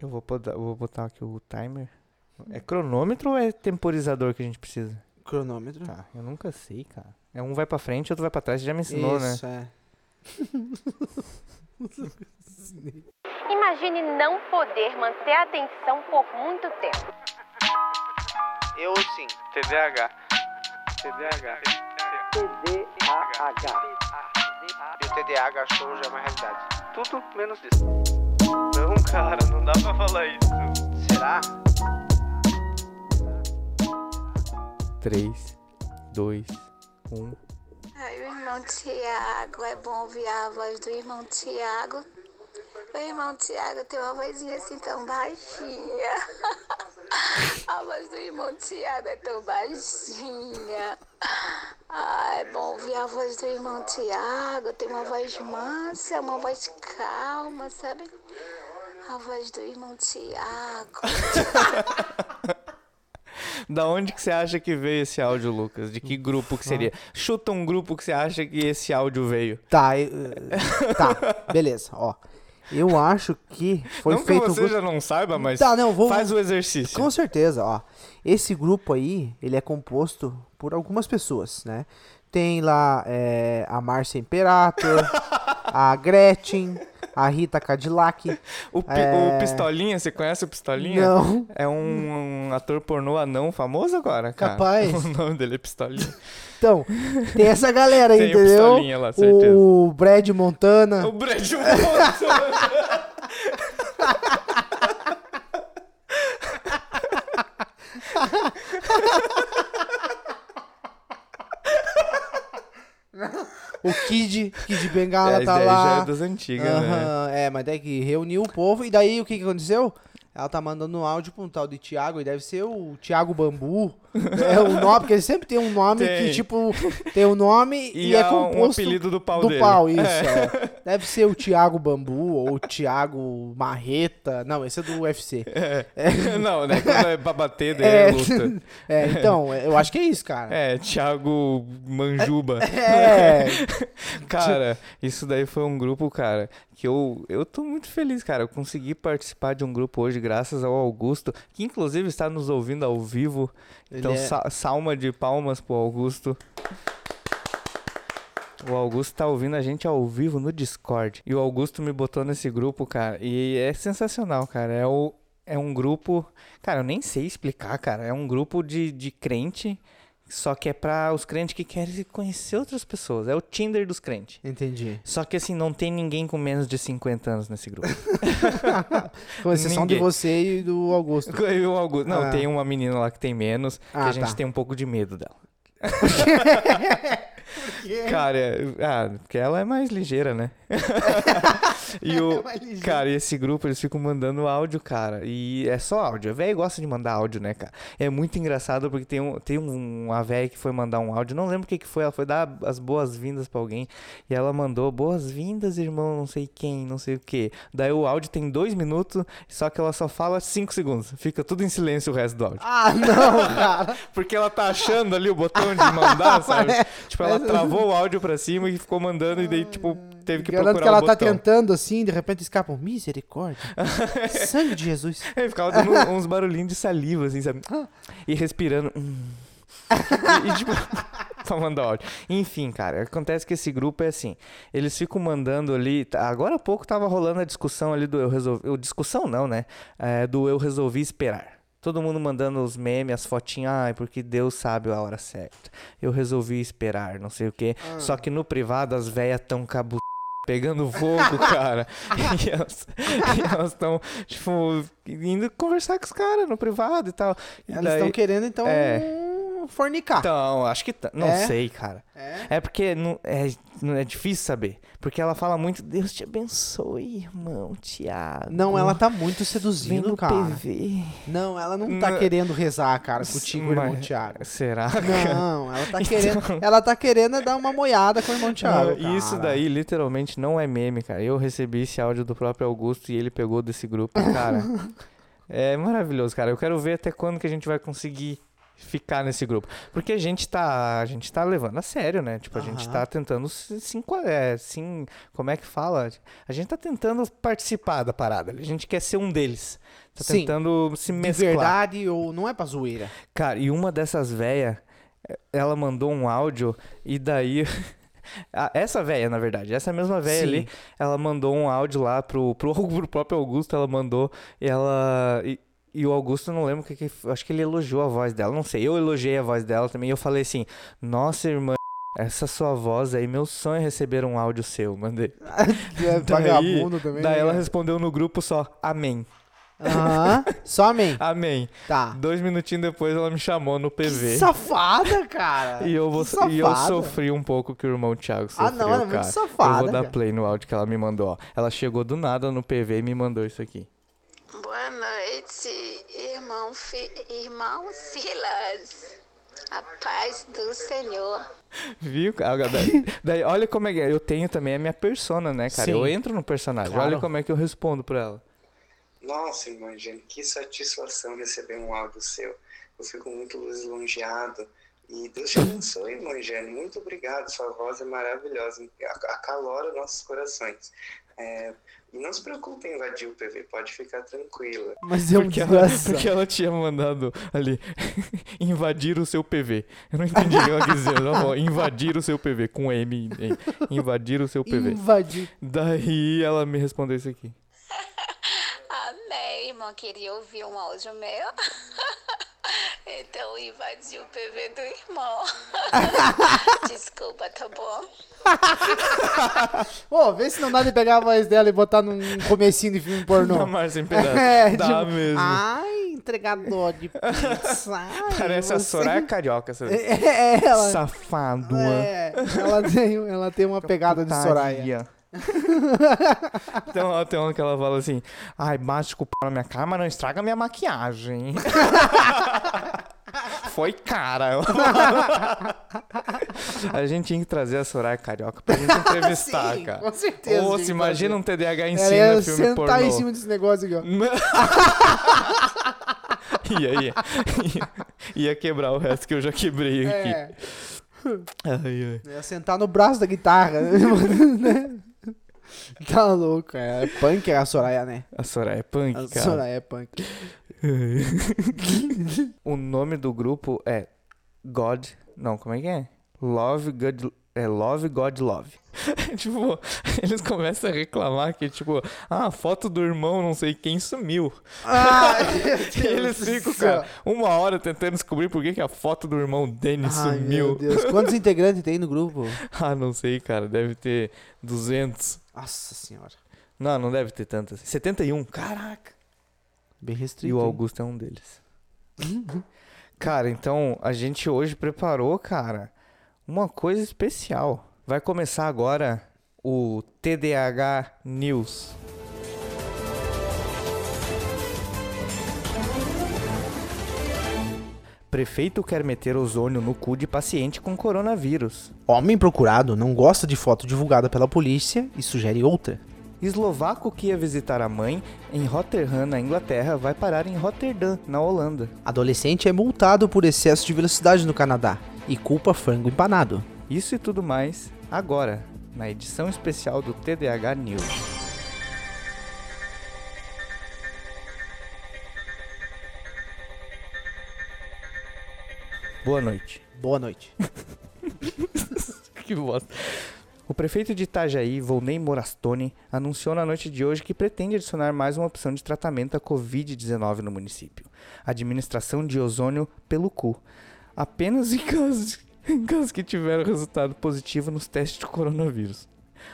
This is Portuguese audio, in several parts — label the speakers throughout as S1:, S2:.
S1: Eu vou, poda- eu vou botar aqui o timer.
S2: Hum.
S1: É cronômetro ou é temporizador que a gente precisa?
S2: Cronômetro.
S1: Tá, eu nunca sei, cara. É um vai pra frente, outro vai pra trás, você já me ensinou, né?
S2: Isso, é.
S3: Imagine não poder manter a atenção por muito tempo.
S4: Eu sim. TDAH. TDAH. TDAH. E o TDAH achou já é uma realidade. Tudo menos isso. Não, cara, não dá pra falar isso. Será?
S1: 3, 2, 1.
S5: Ai, o irmão Tiago, é bom ouvir a voz do irmão Tiago. O irmão Tiago tem uma vozinha assim tão baixinha. A voz do irmão Tiago é tão baixinha. Ah, é bom ouvir a voz do irmão Tiago. Tem uma voz mansa, uma voz calma, sabe? A voz do irmão Tiago.
S1: Da onde que você acha que veio esse áudio, Lucas? De
S2: Hum.
S1: que grupo que seria? Chuta um grupo que você acha que esse áudio veio.
S4: Tá, eu...
S2: Tá, beleza, ó. Eu acho que foi
S1: não
S2: feito
S1: que
S2: um
S1: você
S2: grupo-
S1: já não saiba, mas
S2: Tá, não, vou-
S1: faz o exercício.
S2: Com certeza, ó. Esse grupo aí, ele é composto por algumas pessoas, né? Tem lá é, a Márcia Imperator, a Gretchen, a Rita Cadillac.
S1: O, pi-
S2: É.
S1: o Pistolinha, você conhece o Pistolinha?
S2: Não.
S1: É um, um ator pornô anão famoso agora, cara.
S2: Capaz.
S1: O nome dele é Pistolinha.
S2: Então, tem essa galera aí,
S1: Tem o
S2: entendeu?
S1: Pistolinha lá, certeza.
S2: O Brad Montana.
S1: o Brad
S2: É.
S1: Montana.
S2: O Kid, Kid Bengala
S1: É,
S2: tá
S1: daí
S2: lá.
S1: já é das antigas, né?
S2: Aham, É, mas daí que reuniu o povo e daí o que, que aconteceu? Ela tá mandando um áudio pra um tal de Thiago, e deve ser o Thiago Bambu. é o nome, porque ele sempre tem um nome
S1: Tem.
S2: que, tipo, tem um nome e,
S1: E
S2: é
S1: há um
S2: composto.
S1: apelido do pau dele.
S2: pau, isso. é. Deve ser o Thiago Bambu ou o Thiago Marreta. Não, esse é do UFC.
S1: não, né? Quando é babater, daí é,
S2: É,
S1: luta.
S2: é, então, eu acho que é isso, cara.
S1: É, Thiago Manjuba.
S2: É.
S1: Cara, isso daí foi um grupo, cara, que eu, eu tô muito feliz, cara. Eu consegui participar de um grupo hoje, graças ao Augusto, que inclusive está nos ouvindo ao vivo. Então,
S2: é-
S1: sa- salma de palmas pro Augusto. O Augusto tá ouvindo a gente ao vivo no Discord. E o Augusto me botou nesse grupo, cara. E é sensacional, cara. É, o, é um grupo. Cara, eu nem sei explicar, cara. É um grupo de, de crente. Só que é pra os crentes que querem conhecer outras pessoas. É o Tinder dos crentes.
S2: Entendi.
S1: Só que assim, não tem ninguém com menos de 50 anos nesse grupo.
S2: Com exceção
S1: Ninguém.
S2: de você e do Augusto.
S1: Eu, Augusto, não,
S2: Ah.
S1: tem uma menina lá que tem menos, que
S2: Ah,
S1: a gente
S2: tá.
S1: tem um pouco de medo dela. Cara, é- ah, porque ela é mais ligeira, né? e o, cara, e esse grupo, eles ficam mandando áudio, cara. E é só áudio. A véia gosta de mandar áudio, né, cara? É muito engraçado porque tem, um, tem um, uma véia que foi mandar um áudio. Não lembro o que, que foi. Ela foi dar as boas-vindas pra alguém. E ela mandou boas-vindas, irmão, não sei quem, não sei o quê. Daí o áudio tem dois minutos, só que ela só fala cinco segundos. Fica tudo em silêncio o resto do áudio.
S2: Ah, não, cara.
S1: Porque ela tá achando ali o botão de mandar, sabe?
S2: É.
S1: Tipo, ela travou o áudio pra cima e ficou mandando e daí, tipo, teve que
S2: Garanto
S1: procurar
S2: que ela
S1: o
S2: tá
S1: botão.
S2: tentando assim, de repente escapam. Misericórdia. Sangue de Jesus.
S1: Aí ficava dando um- uns barulhinhos de saliva, assim, sabe?
S2: Ah.
S1: E respirando. hum. E, e, tipo, pra mandar áudio. Enfim, cara, acontece que esse grupo é assim. Eles ficam mandando ali. tá- Agora há pouco tava rolando a discussão ali do eu resolvi. eu- Discussão não, né? É, do eu resolvi esperar. Todo mundo mandando os memes, as fotinhas, ai, porque Deus sabe a hora certa. Eu resolvi esperar, não sei o quê.
S2: Ah.
S1: Só que no privado as véias tão cabu pegando fogo, cara. e elas estão, tipo, indo conversar com os caras no privado e tal. E
S2: Elas
S1: daí-
S2: estão querendo, então,
S1: É.
S2: fornicar.
S1: Então, acho que. tá- Não
S2: É?
S1: sei, cara.
S2: É?
S1: É porque não é, não é difícil saber. Porque ela fala muito, Deus te abençoe, irmão, Tiago.
S2: Não, ela tá muito
S1: Vem
S2: seduzindo,
S1: no
S2: cara.
S1: PV.
S2: Não, ela não tá
S1: Não.
S2: querendo rezar, cara, contigo,
S1: Mas- Então
S2: irmão Thiago.
S1: Será?
S2: Não, ela tá querendo. Ela tá querendo é dar uma moiada com o irmão Thiago.
S1: Não, isso
S2: cara.
S1: daí literalmente não é meme, cara. Eu recebi esse áudio do próprio Augusto e ele pegou desse grupo, cara. é maravilhoso, cara. Eu quero ver até quando que a gente vai conseguir ficar nesse grupo. Porque a gente tá, a gente tá levando a sério, né? Tipo, a gente
S2: Aham.
S1: tá tentando se, se enqua- é, se en- como é que fala? A gente tá tentando participar da parada. A gente quer ser um deles. Tá
S2: Sim.
S1: tentando se
S2: De
S1: mesclar.
S2: verdade ou não é pra zoeira.
S1: Cara, e uma dessas véia, ela mandou um áudio e daí. Ah, essa véia, na verdade, essa mesma véia
S2: Sim.
S1: ali, ela mandou um áudio lá pro, pro, pro próprio Augusto, ela mandou, e ela. E, e o Augusto, eu não lembro o que que. Acho que ele elogiou a voz dela, não sei. Eu elogiei a voz dela também, e eu falei assim: Nossa, irmã, essa sua voz aí, meu sonho é receber um áudio seu, mandei.
S2: É vagabundo também.
S1: daí
S2: né?
S1: ela respondeu no grupo só: Amém,
S2: Aham. Só amém.
S1: amém.
S2: Tá.
S1: Dois minutinhos depois ela me chamou no PV.
S2: Safada, cara.
S1: E eu, vou,
S2: Que
S1: e eu
S2: safada.
S1: sofri um pouco que o irmão Thiago
S2: Ah,
S1: sofreu,
S2: não, ela é muito
S1: cara.
S2: safada,
S1: Eu vou dar
S2: cara.
S1: play no áudio que ela me mandou, ó. Ela chegou do nada no PV e me mandou isso aqui.
S5: Boa noite, irmão, Fi- irmão Silas. A paz do Senhor.
S1: Viu? cara? Daí, daí olha como é que é. Eu tenho também a minha persona, né, cara?
S2: Sim.
S1: Eu entro no personagem.
S2: Claro.
S1: Olha como é que eu respondo pra ela.
S6: Nossa, irmã Jane, que satisfação receber um áudio seu. Eu fico muito lisonjeado. E Deus te abençoe, irmã Jane. Muito obrigado. Sua voz é maravilhosa. Ac- Acalora nossos corações. É, e não se preocupe em invadir o PV, pode ficar tranquila.
S2: Mas é um eu
S1: Porque ela, porque ela tinha mandado ali invadir o seu PV. Eu não entendi o que ela quis dizer. Ela falou, invadir o seu PV com M. em- em- Invadir o seu PV.
S2: Invadiu.
S1: Daí ela me respondeu isso aqui.
S5: Amém, irmão. Queria ouvir um áudio meu. Então invadi o PV do irmão. Desculpa, tá bom?
S2: Ô, vê se não dá de pegar a voz dela e botar num comecinho de filme pornô. É, tipo,
S1: Na Márcia em pedaço. Dá mesmo.
S2: Ai, entregador de pizza. ai,
S1: Parece a
S2: você-
S1: Soraya Carioca, essa
S2: É, é, ela,
S1: safadona.
S2: é, ela, tem, ela tem uma pegada de Soraya.
S1: Putaria. Então ó, tem uma que ela fala assim: Ai, bate com o p na minha cara, mas não estraga minha maquiagem. Foi cara. a gente tinha que trazer a Soraya Carioca pra gente entrevistar,
S2: Ah, Sim,
S1: cara.
S2: com certeza,
S1: Ou
S2: gente,
S1: se imagina um TDAH em
S2: Ela
S1: cima
S2: ia
S1: filme
S2: sentar
S1: pornô.
S2: em cima desse negócio aqui, ó.
S1: ia, ia, ia, ia quebrar o resto que eu já quebrei aqui.
S2: É,
S1: Ai, ai.
S2: ia sentar no braço da guitarra. né? tá louco, cara. É punk a Soraya, né?
S1: A Soraya é punk,
S2: A
S1: cara.
S2: Soraya é punk.
S1: O nome do grupo é God. Não, como é que é? Love God. É Love God Love. tipo, eles começam a reclamar que, tipo, ah, a foto do irmão não sei quem sumiu.
S2: Ai, meu Deus
S1: E eles
S2: do
S1: ficam,
S2: céu.
S1: cara, uma hora tentando descobrir por que, que a foto do irmão Denis
S2: Ai, meu
S1: sumiu.
S2: Deus. Quantos integrantes tem no grupo?
S1: Ah, não sei, cara, deve ter 200.
S2: Nossa senhora.
S1: Não, não deve ter tantas. 71, caraca.
S2: Bem restrito.
S1: E o
S2: hein?
S1: Augusto é um deles. cara, então a gente hoje preparou, cara, uma coisa especial. Vai começar agora o TDAH News. Prefeito quer meter ozônio no cu de paciente com coronavírus.
S2: Homem procurado não gosta de foto divulgada pela polícia e sugere outra.
S1: Eslovaco que ia visitar a mãe em Rotterdam, na Inglaterra, vai parar em Rotterdam, na Holanda.
S2: Adolescente é multado por excesso de velocidade no Canadá e culpa frango empanado.
S1: Isso e tudo mais agora, na edição especial do TDAH News. Boa noite.
S2: Boa noite.
S1: que bosta. O prefeito de Itajaí, Volney Morastone, anunciou na noite de hoje que pretende adicionar mais uma opção de tratamento à Covid-19 no município: administração de ozônio pelo cu. Apenas em casos, em casos que tiveram resultado positivo nos testes de coronavírus.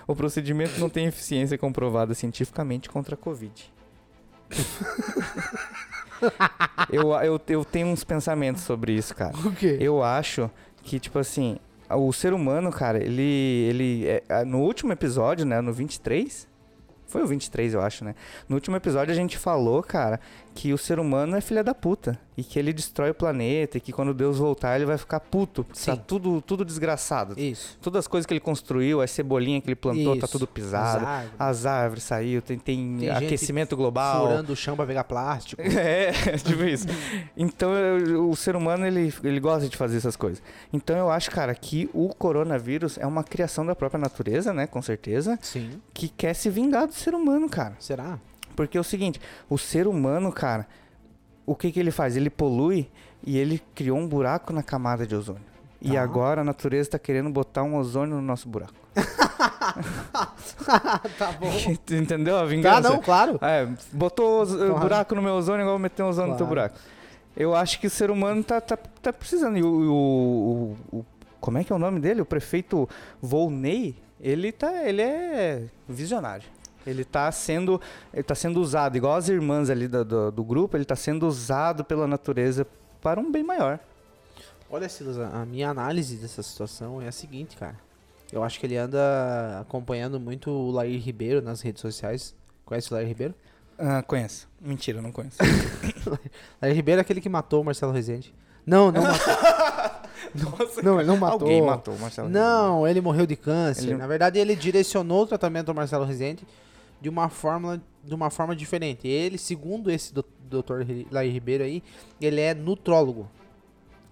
S1: O procedimento não tem eficiência comprovada cientificamente contra a Covid. eu, eu, eu tenho uns pensamentos sobre isso, cara.
S2: O quê?
S1: Eu acho que, tipo assim, o ser humano, cara, ele. ele é, a- no último episódio, né? No 23. Foi o 23, eu acho, né? No último episódio a gente falou, cara, que o ser humano é filha da puta e que ele destrói o planeta e que quando Deus voltar ele vai ficar puto, porque tá
S2: Sim.
S1: tudo, tudo desgraçado.
S2: Isso.
S1: Todas as coisas que ele construiu, as cebolinhas que ele plantou, tá
S2: Isso.
S1: tudo pisado.
S2: As árvores.
S1: As árvores saiu, tem, tem
S2: Tem gente
S1: aquecimento global.
S2: Furando o chão pra pegar plástico.
S1: É, tipo isso. Então, eu- o ser humano, ele, ele gosta de fazer essas coisas. Então, eu acho, cara, que o coronavírus é uma criação da própria natureza, né? Com certeza.
S2: Sim.
S1: Que quer se vingar do ser humano, cara.
S2: Será?
S1: Porque é o seguinte, o ser humano, cara, o que, que ele faz? Ele polui e ele criou um buraco na camada de ozônio. E
S2: Tá.
S1: agora a natureza tá querendo botar um ozônio no nosso buraco.
S2: tá bom.
S1: Entendeu a
S2: Tá,
S1: vingança?
S2: não, claro.
S1: É, botou ozo-
S2: Porra.
S1: buraco no meu ozônio, agora vou meter um ozônio no teu
S2: Claro.
S1: buraco. Eu acho que o ser humano tá, tá, tá precisando. E o, e o- o- o- Como é que é o nome dele? O prefeito Volney, ele tá. Ele é visionário. Ele tá sendo. Ele tá sendo usado, igual as irmãs ali da- do, do grupo, ele tá sendo usado pela natureza para um bem maior.
S2: Olha, Silas, a a minha análise dessa situação é a seguinte, cara. Eu acho que ele anda acompanhando muito o Lair Ribeiro nas redes sociais. Conhece o Lair Ribeiro?
S1: Ah, conheço. Mentira, não conheço.
S2: Lair Ribeiro é aquele que matou o Marcelo Rezende. Não, não matou.
S1: Nossa,
S2: Não, ele não matou.
S1: Alguém matou o Marcelo
S2: Não, ele morreu de câncer.
S1: Ele-
S2: Na verdade, ele direcionou o tratamento ao Marcelo Rezende de uma forma, de uma forma diferente. Ele, segundo esse do- doutor Ri- Lair Ribeiro aí, ele é nutrólogo.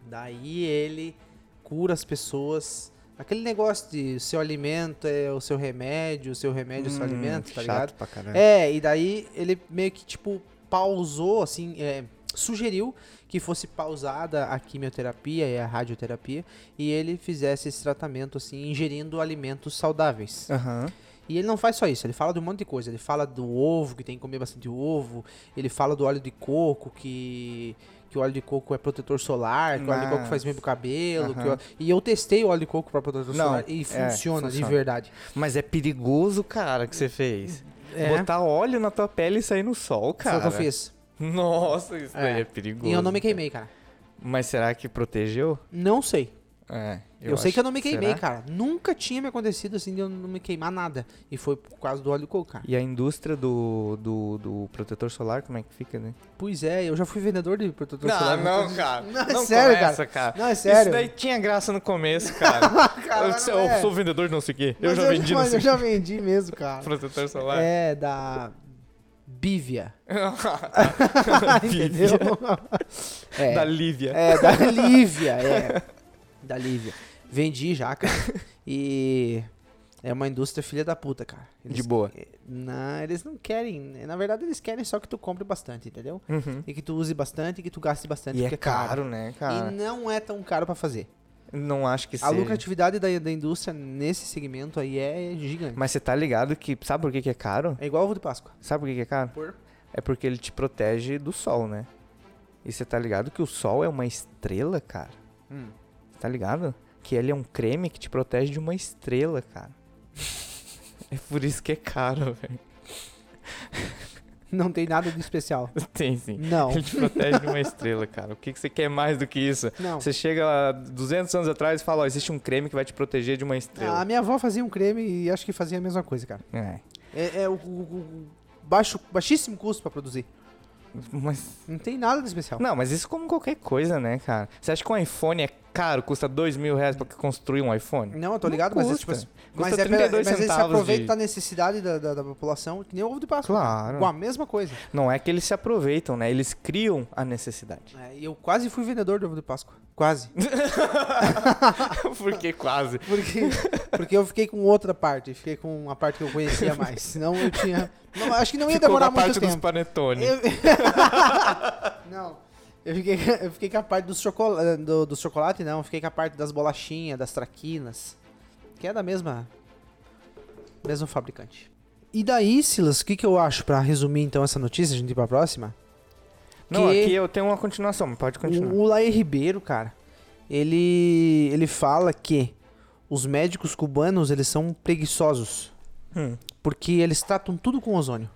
S2: Daí ele cura as pessoas. Aquele negócio de o seu alimento é o seu remédio, o seu remédio é o seu alimento, tá
S1: Hum, chato
S2: ligado?
S1: pra caralho.
S2: É, e daí ele meio que, tipo, pausou, assim, é, sugeriu que fosse pausada a quimioterapia e a radioterapia e ele fizesse esse tratamento, assim, ingerindo alimentos saudáveis.
S1: Aham.
S2: E ele não faz só isso, ele fala de um monte de coisa. Ele fala do ovo, que tem que comer bastante ovo, ele fala do óleo de coco, que. Que o óleo de coco é protetor solar, que o óleo de coco faz bem pro cabelo. que o-
S1: Aham.
S2: E eu testei o óleo de coco pra protetor
S1: Não,
S2: solar e
S1: é,
S2: funciona, de
S1: funciona.
S2: verdade.
S1: Mas é perigoso, cara, que você fez.
S2: É.
S1: Botar óleo na tua pele e sair no sol, cara.
S2: Foi o que eu fiz.
S1: Nossa, isso
S2: É.
S1: daí é perigoso.
S2: E eu não me queimei, cara.
S1: Mas será que protegeu?
S2: Não sei.
S1: É.
S2: Eu, sei
S1: acho-
S2: que eu não me queimei,
S1: será?
S2: cara. Nunca tinha me acontecido assim de eu não me queimar nada. E foi por causa do óleo de coco, cara.
S1: E a indústria do, do, do protetor solar, como é que fica, né?
S2: Pois é, eu já fui vendedor de protetor solar. nunca-
S1: cara.
S2: Não, é sério,
S1: começa,
S2: cara. Não, é
S1: Isso
S2: sério.
S1: daí tinha graça no começo, cara.
S2: Cara,
S1: eu,
S2: mas
S1: sou-
S2: não
S1: eu
S2: é.
S1: sou vendedor de não sei o quê. Eu
S2: Mas
S1: já vendi não
S2: mas
S1: sei
S2: eu
S1: o
S2: já vendi mesmo, cara.
S1: quê. Protetor solar.
S2: É, da Bívia.
S1: Bívia.
S2: É. Entendeu? é,
S1: Da Lívia.
S2: é, da Lívia, é. Da Lívia. Vendi já, cara. E é uma indústria filha da puta, cara.
S1: De boa.
S2: Não, eles não querem. Na verdade, eles querem só que tu compre bastante, entendeu?
S1: Uhum.
S2: E que tu use bastante e que tu gaste bastante,
S1: E é
S2: porque
S1: caro, né, cara?
S2: E não é tão caro pra fazer.
S1: Não acho que
S2: A
S1: seja.
S2: lucratividade da, da indústria nesse segmento aí é gigante.
S1: Mas você tá ligado que. Sabe por que, que é caro?
S2: É igual ovo de Páscoa.
S1: Sabe por que, que é caro?
S2: Por?
S1: É porque ele te protege do sol, né? E você tá ligado que o sol é uma estrela, cara?
S2: Hum.
S1: Tá ligado? Que ele é um creme que te protege de uma estrela, cara. é por isso que é caro, velho.
S2: Não tem nada de especial.
S1: Tem sim.
S2: Não.
S1: Ele te protege de uma estrela, cara. O que, que você quer mais do que isso?
S2: Não.
S1: Você chega lá 200 anos atrás e fala, ó, existe um creme que vai te proteger de uma
S2: A
S1: estrela.
S2: minha avó fazia um creme e acho que fazia a mesma coisa, cara.
S1: É.
S2: É, é o, o- o baixo, baixíssimo custo pra produzir.
S1: Mas
S2: Não tem nada de especial.
S1: Não, mas isso como qualquer coisa, né, cara? Você acha que um iPhone é caro? Custa dois mil reais pra construir um iPhone?
S2: Não, eu tô ligado, mas é tipo
S1: custa.
S2: assim.
S1: Custa
S2: mas é
S1: 32
S2: mas ele se
S1: centavos
S2: aproveita
S1: de-
S2: da necessidade da, da, da população, que nem o ovo de Páscoa.
S1: Claro.
S2: Com a mesma coisa.
S1: Não é que eles se aproveitam, né? Eles criam a necessidade.
S2: É, e eu quase fui vendedor de ovo de Páscoa. Quase.
S1: Porque quase.
S2: Porque, porque eu fiquei com outra parte, fiquei com uma parte que eu conhecia mais. Senão eu tinha. Não, acho que não ia
S1: Ficou
S2: demorar
S1: na
S2: muito
S1: parte dos
S2: tempo.
S1: panetone.
S2: Eu- não. Eu fiquei, eu fiquei com a parte dos chocola- do, do chocolate, não. Eu fiquei com a parte das bolachinhas, das traquinas. Que é da mesma. Mesmo fabricante. E daí, Silas, o que, que eu acho pra resumir então essa notícia, a gente ir pra próxima?
S1: Não,
S2: que-
S1: aqui eu tenho uma continuação, mas pode continuar.
S2: O, o Lair Ribeiro, cara, ele ele fala que os médicos cubanos eles são preguiçosos
S1: Hum.
S2: porque eles tratam tudo com ozônio.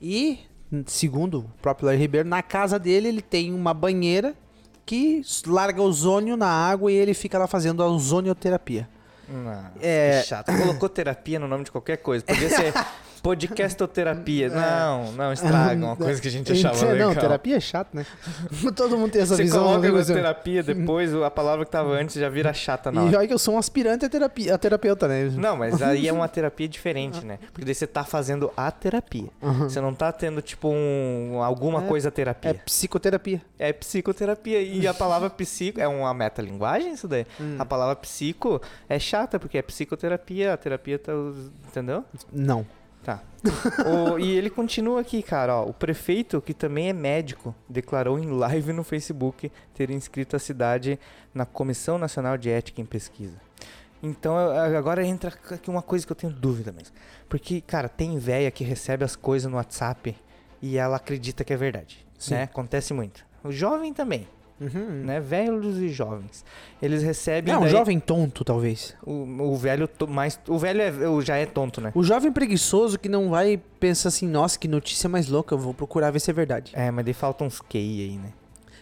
S2: E segundo o próprio Lair Ribeiro, na casa dele ele tem uma banheira que s- larga ozônio na água e ele fica lá fazendo a ozonioterapia.
S1: Nossa,
S2: É.
S1: que chato. Colocou terapia no nome de qualquer coisa. Podia ser Podcastoterapia. Não, não estraga uma coisa que a gente achava
S2: É. Não,
S1: legal.
S2: terapia é chato, né? Todo mundo tem essa
S1: Você
S2: visão.
S1: coloca
S2: né,
S1: na
S2: Luciano?
S1: terapia, depois a palavra que tava antes já vira chata na
S2: E
S1: hora.
S2: olha que eu sou um aspirante a, terapia, a terapeuta, né?
S1: Não, mas aí é uma terapia diferente, né? Porque daí você tá fazendo a terapia. Você não tá tendo, tipo, um, alguma coisa
S2: É
S1: terapia.
S2: psicoterapia.
S1: É psicoterapia. E a palavra psico. É uma metalinguagem isso daí? A palavra psico é chata, porque é psicoterapia, a terapia tá. us- Entendeu?
S2: Não.
S1: Tá. O- e ele continua aqui, cara, ó. O prefeito, que também é médico, declarou em live no Facebook ter inscrito a cidade na Comissão Nacional de Ética em Pesquisa. Então, a- agora entra aqui uma coisa que eu tenho dúvida mesmo. Porque, cara, tem véia que recebe as coisas no WhatsApp e ela acredita que é verdade. Né? Acontece muito. O jovem também,
S2: Uhum,
S1: né? Velhos e jovens. Eles recebem.
S2: É um
S1: daí-
S2: jovem tonto, talvez.
S1: O, o velho to- mais. O velho é- o- já é tonto, né?
S2: O jovem preguiçoso que não vai e pensa assim, nossa, que notícia mais louca, eu vou procurar ver se é verdade.
S1: É, mas daí falta uns QI aí, né?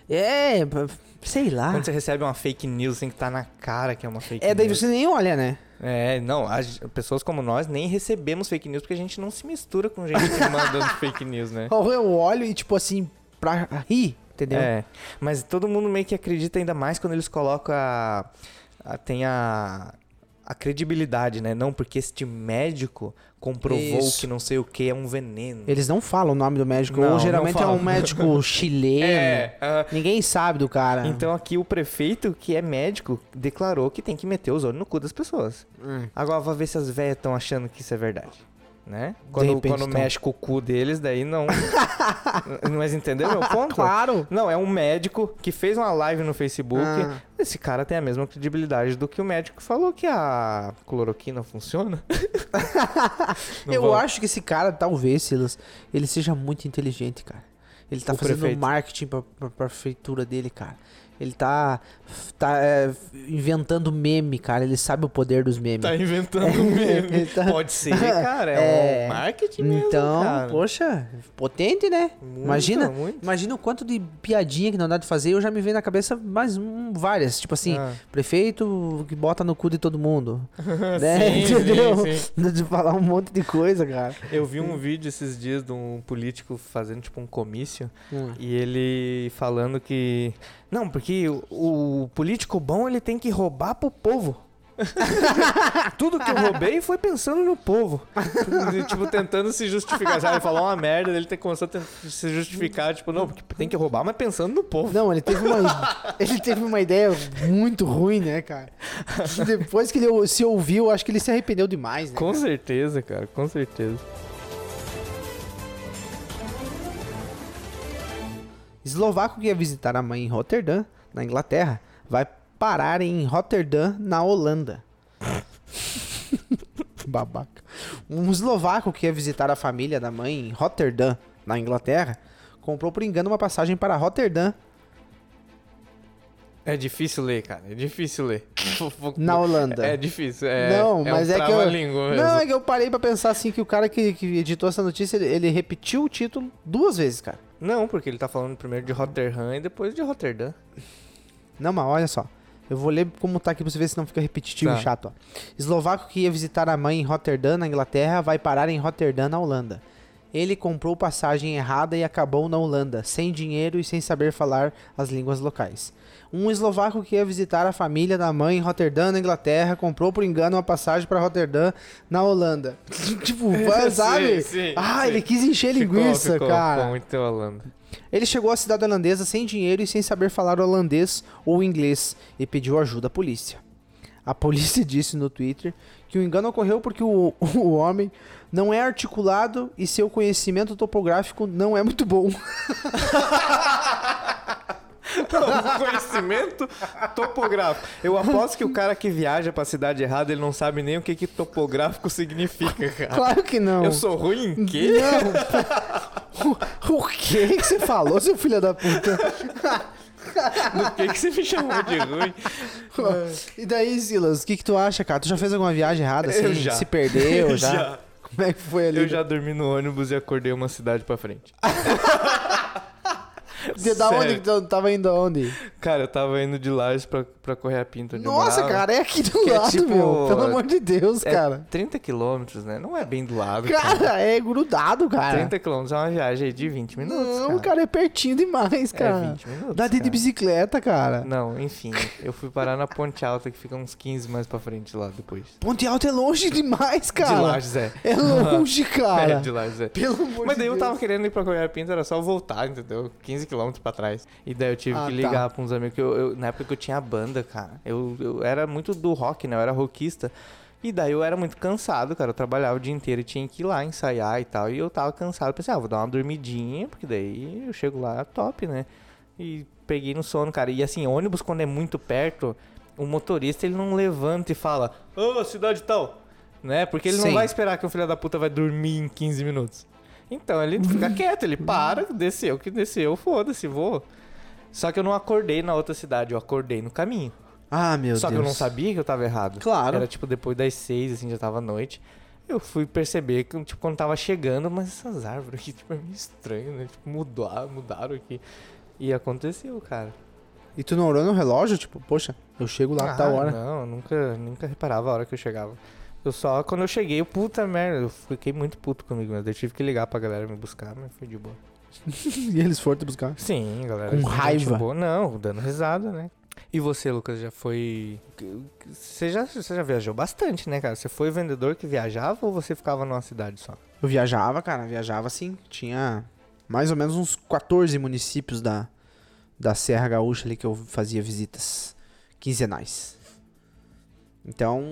S2: É, p- sei lá.
S1: Quando você recebe uma fake news, tem que estar na cara que é uma fake
S2: Ah. É, daí
S1: news.
S2: você nem olha, né?
S1: É, não, as pessoas como nós nem recebemos fake news porque a gente não se mistura com gente que mandando fake news, né?
S2: Ou eu olho e, tipo assim, pra rir, entendeu?
S1: É, mas todo mundo meio que acredita ainda mais quando eles colocam a... a- tem a... a credibilidade, né? Não, porque este médico comprovou
S2: Isso.
S1: que não sei o que é um veneno.
S2: Eles não falam o nome do médico,
S1: Não,
S2: ou geralmente
S1: não
S2: é um
S1: falam.
S2: médico chileno.
S1: É, ah,
S2: Ninguém sabe do cara.
S1: Então aqui o prefeito, que é médico, declarou que tem que meter os olhos no cu das pessoas. Agora vai ver se as velhas estão achando que isso é verdade. Né? Quando,
S2: repente,
S1: quando
S2: tão.
S1: mexe com o cu deles, daí não. Mas entendeu meu ponto?
S2: Claro.
S1: Não, é um médico que fez uma live no Facebook.
S2: Ah.
S1: Esse cara tem a mesma credibilidade do que o médico que falou que a cloroquina funciona. Não
S2: eu
S1: vou-
S2: acho que esse cara, talvez, Silas, ele seja muito inteligente, cara. Ele tá
S1: O
S2: fazendo
S1: prefeito.
S2: marketing pra, pra, pra prefeitura dele, cara. Ele tá, tá é, inventando meme, cara. Ele sabe o poder dos memes.
S1: Tá inventando
S2: Ele
S1: mesmo.
S2: tá-
S1: Pode ser, cara. então. É,
S2: É.
S1: um marketing mesmo.
S2: Então,
S1: cara.
S2: poxa, potente, né? imagina,
S1: muito.
S2: imagina o quanto de piadinha que não dá de fazer. Eu já me veio na cabeça mais um, várias, tipo assim,
S1: Ah.
S2: prefeito que bota no cu de todo mundo, né?
S1: Sim, sim,
S2: Entendeu?
S1: sim.
S2: De falar um monte de coisa, cara.
S1: Eu vi um vídeo esses dias de um político fazendo tipo um comício
S2: Hum.
S1: e ele falando que não, porque o, o político bom ele tem que roubar pro povo. Tudo que eu roubei foi pensando no povo. E, tipo, tentando se justificar. Sabe? Ele falou uma merda, ele tem- começou a tentar se justificar. Tipo, não, porque tem que roubar, mas pensando no povo.
S2: Não, ele teve uma, ele teve uma ideia muito ruim, né, cara? Depois que ele se ouviu, acho que ele se arrependeu demais, né?
S1: Com
S2: cara?
S1: certeza, cara, com certeza.
S2: Eslovaco que ia visitar a mãe em Roterdã, na Inglaterra, vai parar em Roterdã, na Holanda. Babaca. Um eslovaco que ia visitar a família da mãe em Roterdã, na Inglaterra, comprou por engano uma passagem para Roterdã,
S1: É difícil ler, cara. É difícil ler.
S2: na Holanda.
S1: É difícil. É,
S2: não,
S1: é
S2: mas
S1: um
S2: é que eu
S1: trava-língua mesmo.
S2: não é que eu parei pra pensar assim que o cara que, que editou essa notícia ele, ele repetiu o título duas vezes, cara.
S1: Não, porque ele tá falando primeiro de Rotterdam e depois de Rotterdam.
S2: Não, mas olha só, eu vou ler como tá aqui pra você ver se não fica repetitivo
S1: Tá.
S2: e chato. Ó. Eslovaco que ia visitar a mãe em Roterdã, na Inglaterra, vai parar em Roterdã, na Holanda. Ele comprou passagem errada e acabou na Holanda, sem dinheiro e sem saber falar as línguas locais. Um eslovaco que ia visitar a família da mãe em Roterdã, na Inglaterra, comprou por engano uma passagem pra Roterdã, na Holanda. tipo,
S1: Sim,
S2: sabe?
S1: sim,
S2: ah,
S1: sim.
S2: ele quis encher
S1: Ficou-
S2: linguiça,
S1: ficou um
S2: cara.
S1: com Muito Holanda.
S2: Ele chegou à cidade holandesa sem dinheiro e sem saber falar holandês ou inglês e pediu ajuda à polícia. A polícia disse no Twitter que o engano ocorreu porque o, o homem não é articulado e seu conhecimento topográfico não é muito bom.
S1: Conhecimento topográfico. Eu aposto que o cara que viaja pra cidade errada, ele não sabe nem o que, que topográfico significa, cara.
S2: Claro que não.
S1: Eu sou ruim em quê?
S2: Não. O, o que que você falou, seu filho da puta?
S1: Por que, que você me chamou de ruim?
S2: E daí, Silas, o que, que tu acha, cara? Tu já fez alguma viagem errada assim?
S1: Eu já.
S2: Se perdeu
S1: Eu
S2: já?
S1: já.
S2: Como é que foi ali?
S1: Eu já dormi no ônibus e acordei uma cidade pra frente.
S2: De da onde
S1: Sério.
S2: que tu tava indo aonde?
S1: Cara, eu tava indo de Lages pra, pra correr a pinta. onde eu
S2: Nossa,
S1: morava.
S2: cara, é aqui do
S1: Que é
S2: lado,
S1: tipo-
S2: meu. Pelo amor de Deus,
S1: É
S2: cara.
S1: 30 quilômetros, né? Não é bem do lado. cara.
S2: Cara, é grudado, cara.
S1: 30 quilômetros é uma viagem aí de 20 minutos.
S2: Não, cara. é pertinho demais, cara.
S1: 20 minutos,
S2: Dá de de
S1: cara.
S2: bicicleta, cara.
S1: Não, enfim, eu fui parar na Ponte Alta, que fica uns 15 mais pra frente lá depois.
S2: Ponte Alta é longe demais, cara.
S1: de Lages, é.
S2: É longe, cara.
S1: É, de Lages, é.
S2: Pelo amor
S1: Mas
S2: de
S1: daí eu
S2: Deus.
S1: tava querendo ir pra Correia Pinto, era só voltar, entendeu? 15 quilômetros pra trás. E daí eu tive
S2: Ah,
S1: que
S2: tá.
S1: ligar pra uns amigos, que eu, eu- na época que eu tinha banda, cara. Eu, eu era muito do rock, né? Eu era rockista. E daí eu era muito cansado, cara. Eu trabalhava o dia inteiro e tinha que ir lá ensaiar e tal. E eu tava cansado. Pensei, ah, vou dar uma dormidinha, porque daí eu chego lá top, né? E peguei no sono, cara. E assim, ônibus quando é muito perto, o motorista ele não levanta e fala, ô, cidade tal. Né? Porque ele
S2: Sim.
S1: não vai esperar que o filho da puta vai dormir em 15 minutos. Então ele fica quieto, ele para, desceu que desceu, foda-se, vou. Só que eu não acordei na outra cidade, eu acordei no caminho.
S2: Ah, meu
S1: Só
S2: Deus.
S1: que eu não sabia que eu tava errado.
S2: Claro.
S1: Era tipo depois das seis, assim, já tava à noite. Eu fui perceber que, tipo, quando tava chegando, mas essas árvores aqui, tipo, é meio estranho, né? Tipo, mudar, mudaram aqui. E aconteceu, cara.
S2: E tu não olhou no relógio? Tipo, poxa, eu chego lá tá a tal hora.
S1: Ah, Não, eu nunca, nunca reparava a hora que eu chegava. Eu só, quando eu cheguei, eu, puta merda, eu fiquei muito puto comigo, mas eu tive que ligar pra galera me buscar, mas foi de boa.
S2: e eles foram te buscar.
S1: Sim, galera.
S2: Com
S1: gente
S2: raiva.
S1: boa. Não, dando risada, né? E você, Lucas, já foi. Você já, você já viajou bastante, né, cara? Você foi vendedor que viajava ou você ficava numa cidade só?
S2: Eu viajava, cara, viajava assim. Tinha mais ou menos uns 14 municípios da, da Serra Gaúcha ali que eu fazia visitas quinzenais. Então,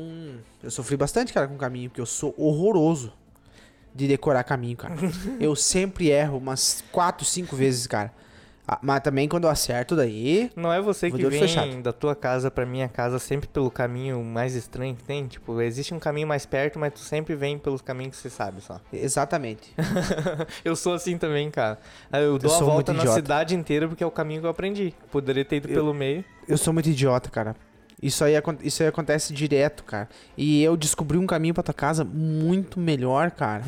S2: eu sofri bastante, cara, com caminho, porque eu sou horroroso de decorar caminho, cara. eu sempre erro umas 4, 5 vezes, cara. Ah, Mas também quando eu acerto daí,
S1: Não é você
S2: Vou de
S1: que
S2: olho
S1: vem
S2: fechado.
S1: da tua casa pra minha casa sempre pelo caminho mais estranho que tem? Tipo, existe um caminho mais perto, mas tu sempre vem pelos caminhos que você sabe só.
S2: exatamente.
S1: eu sou assim também, cara. Aí Eu dou a
S2: sou muito
S1: volta na
S2: idiota.
S1: cidade inteira porque é o caminho que eu aprendi. Poderia ter ido pelo meio.
S2: Eu sou muito idiota, cara. Isso aí, acon- isso aí acontece direto, cara. E eu descobri um caminho pra tua casa muito melhor, cara.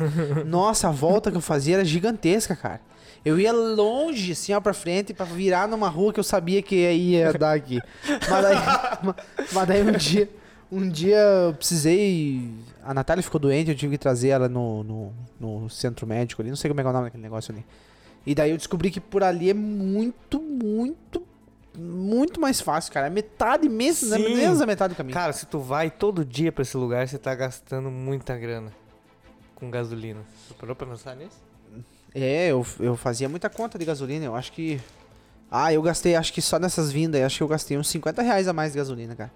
S2: Nossa, a volta que eu fazia era gigantesca, cara. Eu ia longe, assim, ó, pra frente, pra virar numa rua que eu sabia que aí ia dar aqui. Mas daí, ma- mas daí um dia. Um dia eu precisei. A Natália ficou doente, eu tive que trazer ela no, no, no centro médico ali. Não sei como é que é o nome daquele negócio ali. E daí eu descobri que por ali é muito, muito, muito mais fácil, cara. É metade, mesmo, né?
S1: Sim.
S2: menos da metade do caminho.
S1: Cara, se tu vai todo dia pra esse lugar, você tá gastando muita grana com gasolina. Você parou pra pensar nisso?
S2: É, eu, eu fazia muita conta de gasolina, eu acho que. Ah, eu gastei, acho que só nessas vindas, aí, acho que eu gastei uns 50 reais a mais de gasolina, cara.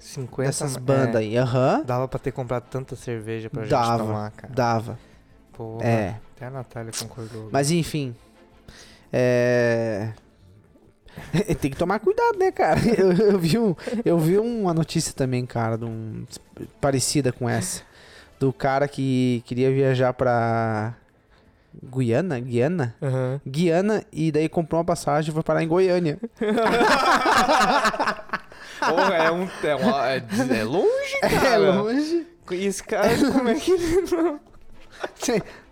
S1: 50
S2: Nessas
S1: ma-
S2: bandas
S1: é,
S2: aí. Aham.
S1: Dava pra ter comprado tanta cerveja pra
S2: Dava,
S1: gente tomar, cara.
S2: Dava.
S1: Porra,
S2: É.
S1: Até a Natália concordou.
S2: Mas enfim. É. Tem que tomar cuidado, né, cara? Eu, eu vi, um- eu vi uma notícia também, cara, de um- parecida com essa. Do cara que queria viajar pra. Guiana? Guiana?
S1: Aham.
S2: Guiana e daí comprou uma passagem e foi parar em Goiânia.
S1: Porra, é, um, é, uma- é de- é longe, cara.
S2: É longe.
S1: E esse cara, como é que ele não...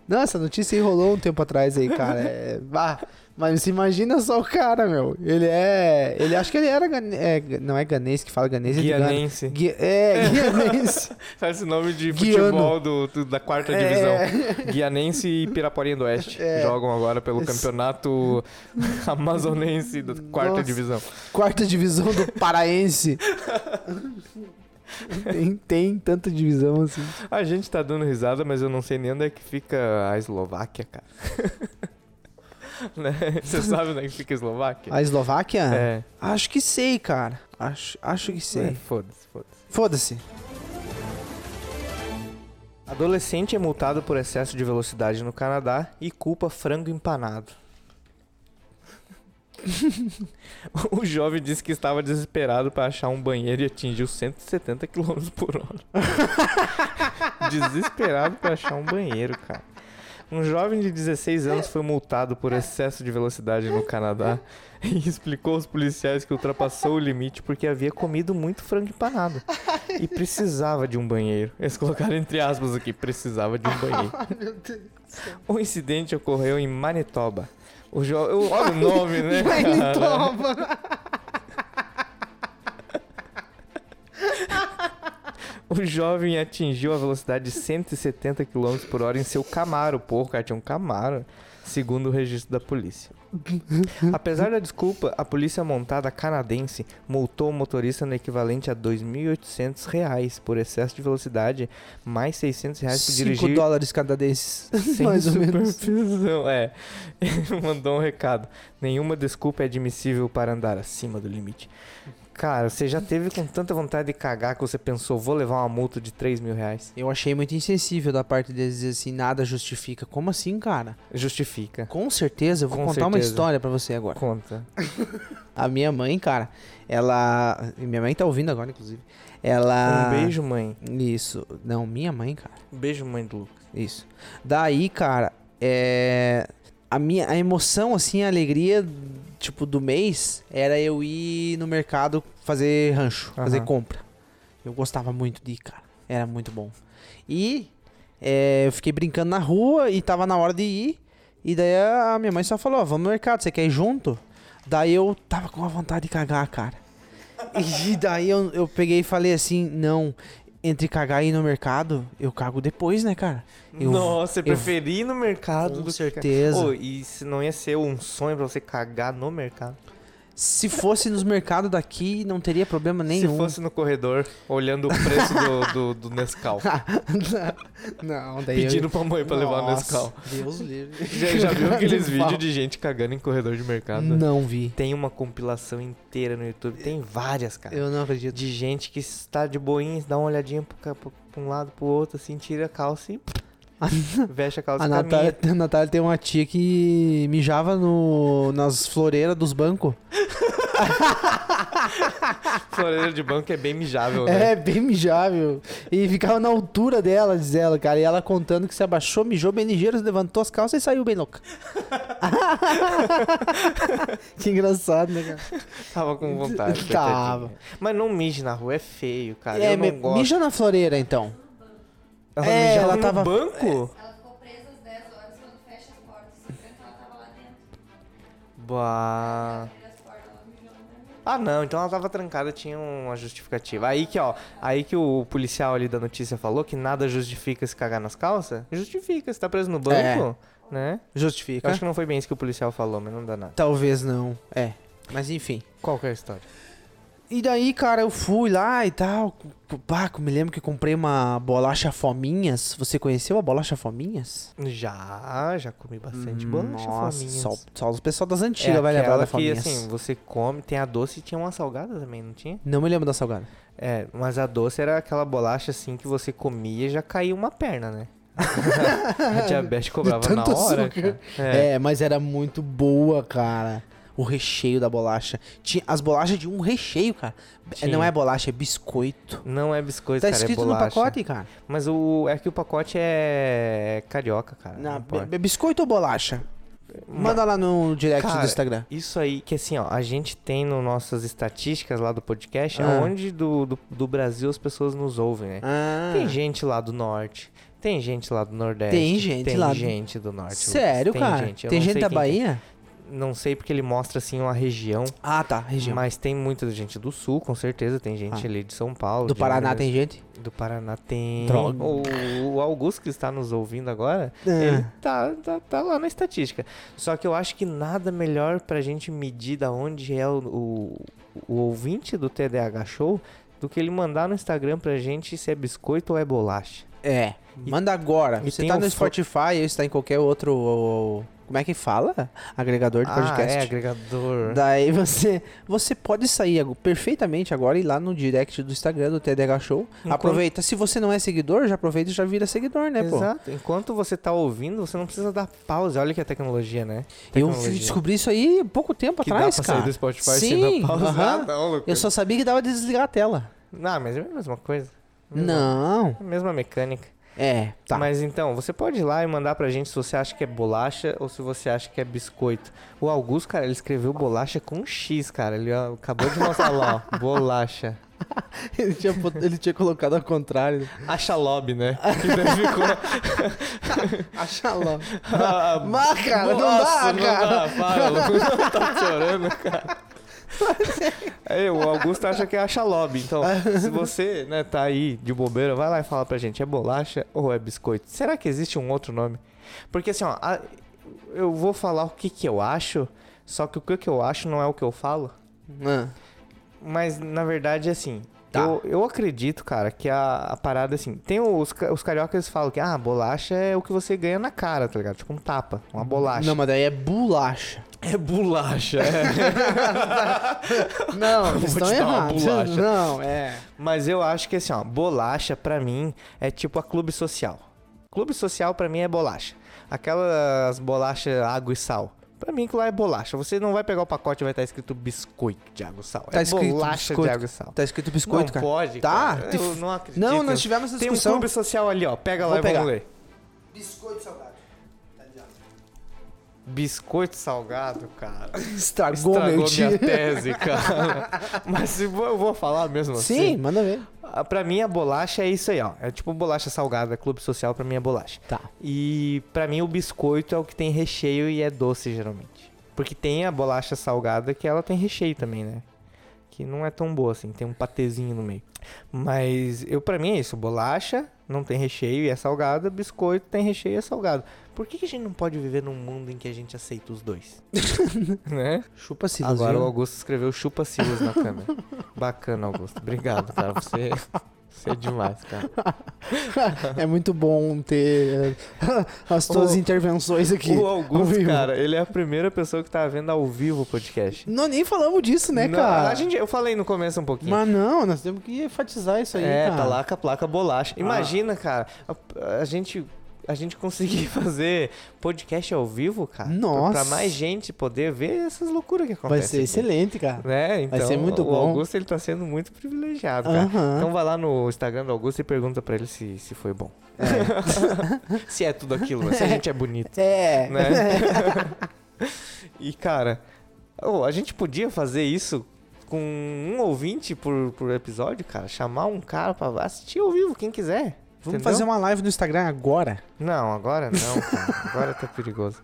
S2: Não, essa notícia aí rolou um tempo atrás aí, cara. É, bah, mas você imagina só o cara, meu. Ele é. Ele acho que ele era. gane- é, não é ganês que fala ganês, é de Gana.
S1: Guianense.
S2: Gui- é, guianense.
S1: Sabe esse nome de
S2: Guiano. É.
S1: futebol do, do- da quarta divisão? Guianense e Piraporinha do Oeste. Jogam agora pelo campeonato amazonense da quarta
S2: Nossa.
S1: divisão.
S2: Quarta divisão do Paraense. Tem, tem tanta divisão assim.
S1: A gente tá dando risada, mas eu não sei nem onde é que fica a Eslováquia, cara. Né? Você sabe onde é que fica a Eslováquia?
S2: A Eslováquia?
S1: É.
S2: Acho que sei, cara. Acho, acho que sei.
S1: É, foda-se, foda-se.
S2: Foda-se.
S1: Adolescente é multado por excesso de velocidade no Canadá e culpa frango empanado. o jovem disse que estava desesperado para achar um banheiro e atingiu 170 km por hora. desesperado para achar um banheiro, cara. Um jovem de 16 anos foi multado por excesso de velocidade no Canadá e explicou aos policiais que ultrapassou o limite porque havia comido muito frango empanado e precisava de um banheiro. Eles colocaram entre aspas aqui, precisava de um banheiro. O Um incidente ocorreu em Manitoba. O jo... eu- Olha o nome, né? cara?
S2: Manitoba.
S1: O jovem atingiu a velocidade de 170 km por hora em seu Camaro. Pô, o cara tinha um Camaro, segundo o registro da polícia. Apesar da desculpa, a polícia montada canadense multou o motorista no equivalente a R$ 2.800 reais por excesso de velocidade, mais R$ 600 reais por
S2: 5
S1: dirigir
S2: dólares canadenses.
S1: sem
S2: Mais ou menos.
S1: supervisão. É, ele mandou um recado. Nenhuma desculpa é admissível para andar acima do limite. Cara, você já teve com tanta vontade de cagar que você pensou, vou levar uma multa de 3 mil reais?
S2: Eu achei muito insensível da parte deles dizer assim, nada justifica. Como assim, cara?
S1: Justifica.
S2: Com certeza, eu vou
S1: Com
S2: contar uma
S1: certeza.
S2: história pra você agora.
S1: Conta.
S2: A minha mãe, cara, ela... Minha mãe tá ouvindo agora, inclusive. Ela...
S1: Um beijo, mãe. Um
S2: Isso. Não, minha mãe, cara.
S1: Beijo, mãe do Lucas.
S2: Isso. Daí, cara, é. A minha a emoção, assim, a alegria, tipo, do mês era eu ir no mercado fazer rancho, fazer
S1: Aham.
S2: compra. Eu gostava muito de ir, cara. Era muito bom. E é, eu fiquei brincando na rua e tava na hora de ir. E daí a minha mãe só falou: Ó, vamos no mercado, você quer ir junto? Daí eu tava com a vontade de cagar, cara. E daí eu, eu peguei e falei assim: não, entre cagar e ir no mercado, eu cago depois, né, cara? Eu,
S1: Nossa, eu
S2: eu-
S1: preferi ir no mercado
S2: Com
S1: do que-
S2: certeza.
S1: Ô, e se não ia ser um sonho pra você cagar no mercado?
S2: Se fosse nos mercados daqui, não teria problema nenhum.
S1: Se fosse no corredor, olhando o preço do, do, do Nescau.
S2: não, daí
S1: Pedindo pra mãe pra levar o Nescau.
S2: Deus livre.
S1: Já, já viu aqueles vídeos de gente cagando em corredor de mercado?
S2: Não vi.
S1: Tem uma compilação inteira no YouTube, tem várias, cara.
S2: Eu não acredito.
S1: De gente que está de boinha, dá uma olhadinha pro, ca- pro- pra um lado, pro outro, assim, tira a calça e veste a calça
S2: A
S1: e caminha.
S2: Natália, a Natália tem uma tia que mijava no, nas floreiras dos bancos.
S1: Floreira de banco é bem mijável, né?
S2: É, bem mijável. E ficava na altura dela, diz ela, cara. E ela contando que se abaixou, mijou bem ligeiro, levantou as calças e saiu bem louca. que engraçado, né, cara?
S1: Tava com vontade.
S2: Tava.
S1: coitadinha. Mas não mije na rua, é feio, cara.
S2: é,
S1: Eu não
S2: mi-
S1: gosto.
S2: mija na floreira, então.
S1: Ela
S2: É,
S1: mijava
S2: ela
S1: no
S2: tava- É,
S1: banco?
S7: Ela ficou presa às 10 horas quando fecha as portas. Se tranca, ela tava lá dentro.
S1: Bah.
S7: Abre as portas, ela mijou no banheiro.
S1: Ah, não, então ela tava trancada, tinha uma justificativa. Aí que, ó, aí que o policial ali da notícia falou que nada justifica se cagar nas calças. Justifica, se tá preso no banco, né? Eu
S2: Justifica.
S1: acho que não foi bem isso que o policial falou, mas não dá nada.
S2: Talvez não. É. Mas enfim.
S1: Qual que é a história?
S2: E daí, cara, eu fui lá e tal. Paco, me lembro que comprei uma bolacha Fominhas. Você conheceu a bolacha Fominhas?
S1: Já, já comi bastante bolacha,
S2: Nossa,
S1: fominhas.
S2: só, só os pessoal das
S1: É
S2: antigas vai lembrar
S1: aquela
S2: da
S1: que,
S2: Fominhas.
S1: assim, você come, tem a doce e tinha uma salgada também, não tinha?
S2: Não me lembro da salgada.
S1: É, mas a doce era aquela bolacha, assim, que você comia e já caía uma perna, né? a diabetes cobrava na
S2: tanto
S1: hora.
S2: açúcar.
S1: cara. É.
S2: É. mas era muito boa, cara. O recheio da bolacha. Tinha as bolachas de um recheio, cara. B-
S1: Tinha.
S2: Não é bolacha, é biscoito.
S1: Não é biscoito,
S2: Tá
S1: cara,
S2: escrito
S1: é
S2: no
S1: bolacha.
S2: pacote, cara.
S1: Mas o, é que o pacote é carioca, cara.
S2: Na-
S1: Não,
S2: b-
S1: pode.
S2: b- biscoito ou bolacha? Manda lá no direct
S1: Cara,
S2: do Instagram.
S1: Isso aí, que assim, ó, a gente tem nas nossas estatísticas lá do podcast,
S2: Ah.
S1: onde do, do, do Brasil as pessoas nos ouvem, né?
S2: Ah,
S1: Tem gente lá do norte, tem gente lá do nordeste.
S2: Tem gente lá do-
S1: Tem gente do norte. Lucas,
S2: sério,
S1: tem
S2: cara?
S1: Gente, eu
S2: tem
S1: não
S2: gente
S1: sei
S2: da
S1: quem
S2: Bahia?
S1: que- é. Não sei porque ele mostra, assim, uma região,
S2: Ah, tá, região.
S1: mas tem muita gente do sul, com certeza. Tem gente
S2: Ah.
S1: ali de São Paulo.
S2: do
S1: de
S2: Paraná
S1: Minas-
S2: tem gente?
S1: Do Paraná tem.
S2: Droga.
S1: O, o Augusto que está nos ouvindo agora,
S2: Ah.
S1: ele tá, tá, tá lá na estatística. Só que eu acho que nada melhor pra gente medir da onde é o, o, o ouvinte do TDAH Show do que ele mandar no Instagram pra gente se é biscoito ou é bolacha.
S2: É. Manda agora.
S1: e
S2: Você
S1: tem
S2: tá
S1: o
S2: no
S1: fo-
S2: Spotify, ou está em qualquer outro. ou- Como é que fala? Agregador de
S1: Ah,
S2: podcast.
S1: é agregador.
S2: Daí você, você pode sair ag- perfeitamente agora e ir lá no direct do Instagram do TDH Show.
S1: Enquanto-
S2: Aproveita. Se você não é seguidor, já aproveita e já vira seguidor, né, pô?
S1: Exato. Enquanto você tá ouvindo, você não precisa dar pausa. Olha que a tecnologia, né?
S2: Eu
S1: Tecnologia.
S2: fui descobri isso aí pouco tempo
S1: Que dá
S2: atrás,
S1: pra sair
S2: cara.
S1: do Spotify sem
S2: Sim,
S1: dar pausa?
S2: aham.
S1: Ah, não, Lucas.
S2: Eu só sabia que dava de desligar a tela.
S1: Não, mas é a mesma coisa.
S2: Não.
S1: É a mesma mecânica.
S2: É, tá.
S1: Mas então, você pode ir lá e mandar pra gente se você acha que é bolacha ou se você acha que é biscoito. O Augusto, cara, ele escreveu bolacha com um X, cara. Ele ó, acabou de mostrar lá, ó. Bolacha.
S2: ele, tinha, bot- ele tinha colocado ao contrário.
S1: Acha lobby, né? Que daí ficou.
S2: Acha lá.
S1: Ah,
S2: Mas, cara, não
S1: nossa,
S2: dá, cara.
S1: Não dá, para, Lucas. tá chorando, cara. É, o Augusto acha que é a xalobe. Então, se você né, tá aí de bobeira, vai lá e fala pra gente: é bolacha ou é biscoito? Será que existe um outro nome? Porque assim, ó, a- eu vou falar o que, que eu acho, só que o que que eu acho não é o que eu falo.
S2: Ah,
S1: Mas na verdade, assim.
S2: Tá.
S1: Eu, eu acredito, cara, que a, a parada, assim. Tem os, ca- os cariocas falam que, ah, bolacha é o que você ganha na cara, tá ligado? Tipo um tapa, uma bolacha.
S2: Não, mas daí é bolacha.
S1: É bolacha. é.
S2: Não,
S1: Vou te
S2: vocês estão
S1: dar uma
S2: errados.
S1: bolacha.
S2: Não, é.
S1: Mas eu acho que, assim, ó, bolacha pra mim é tipo a clube social. Clube social pra mim é bolacha. Aquelas bolachas água e sal. Pra mim, que lá é bolacha. Você não vai pegar o pacote e vai estar escrito biscoito de água e sal.
S2: Tá
S1: é
S2: escrito
S1: bolacha de
S2: biscoito.
S1: água e sal.
S2: Tá escrito biscoito,
S1: não
S2: cara.
S1: pode.
S2: Tá,
S1: cara.
S2: te-
S1: Eu não acredito.
S2: Não, nós tivemos essa
S1: Tem um
S2: discussão.
S1: clube social ali, ó. Pega lá
S2: Vou
S1: e
S2: pegar.
S1: vamos ler.
S2: Biscoito salgado.
S1: Tá Biscoito salgado, cara.
S2: Estragou, meu
S1: Estragou minha
S2: tio.
S1: tese, cara. Mas se vou- eu vou falar mesmo assim.
S2: Sim, manda ver.
S1: Ah, Pra mim, a bolacha é isso aí, ó. É tipo bolacha salgada, clube social, pra mim é bolacha.
S2: Tá.
S1: E pra mim, o biscoito é o que tem recheio e é doce, geralmente. Porque tem a bolacha salgada que ela tem recheio também, né? Que não é tão boa assim, tem um patezinho no meio. Mas eu pra mim é isso, bolacha não tem recheio e é salgada, biscoito tem recheio e é salgado. Por que, que a gente não pode viver num mundo em que a gente aceita os dois? né?
S2: Chupa assim se
S1: Agora o Augusto escreveu chupa silas na câmera. Bacana, Augusto. Obrigado, cara. Você, você é demais, cara.
S2: É muito bom ter eh, as tuas
S1: O-
S2: intervenções aqui.
S1: O
S2: ao
S1: Augusto,
S2: vivo.
S1: cara, ele é a primeira pessoa que tá vendo ao vivo o podcast.
S2: Não, nem falamos disso, né,
S1: Não,
S2: cara?
S1: a gente- eu falei no começo um pouquinho.
S2: Mas não, nós temos que enfatizar isso aí,
S1: é,
S2: cara.
S1: tá lá com a placa bolacha. Imagina, cara, a, a gente a gente conseguir fazer podcast ao vivo, cara. pra- Pra
S2: Nossa.
S1: mais gente poder ver essas loucuras que acontecem.
S2: Vai ser
S1: aqui.
S2: excelente, cara.
S1: Né? Então,
S2: Vai ser muito
S1: o
S2: bom.
S1: Augusto ele tá sendo muito privilegiado, cara.
S2: Aham.
S1: Então vai lá no Instagram do Augusto e pergunta pra ele se, se foi bom. se é tudo aquilo, né? se a gente é bonito,
S2: É.
S1: né? e cara, ô, a gente podia fazer isso com um ouvinte por, por episódio, cara? Chamar um cara pra assistir ao vivo, quem quiser.
S2: Vamos
S1: entendeu?
S2: fazer uma live no Instagram agora.
S1: Não, agora não, cara. agora tá perigoso.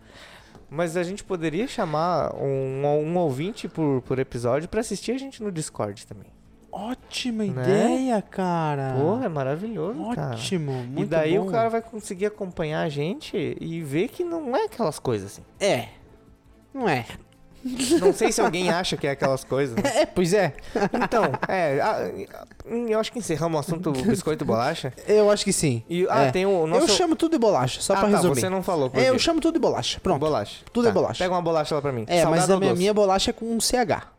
S1: Mas a gente poderia chamar um, um ouvinte por, por episódio pra assistir a gente no Discord também.
S2: Ótima
S1: Né?
S2: ideia, cara.
S1: Porra, é maravilhoso, cara.
S2: Ah. Ótimo, muito
S1: e daí
S2: bom.
S1: o cara vai conseguir acompanhar a gente e ver que não é aquelas coisas assim.
S2: É. Não é.
S1: Não sei se alguém acha que é aquelas coisas. né?
S2: É, pois é.
S1: Então, é. a- eu acho que encerramos o assunto biscoito e bolacha.
S2: Eu acho que sim.
S1: E- ah,
S2: É.
S1: tem o nosso-
S2: Eu chamo tudo de bolacha, só
S1: Ah,
S2: pra
S1: tá,
S2: resumir.
S1: você não falou, por
S2: É, eu
S1: quê?
S2: chamo tudo de bolacha. Pronto.
S1: Bolacha. Tá.
S2: Tudo é bolacha.
S1: Pega uma bolacha lá pra mim.
S2: É, mas
S1: Salgado
S2: a
S1: ou
S2: minha,
S1: doce?
S2: minha bolacha é com um CH.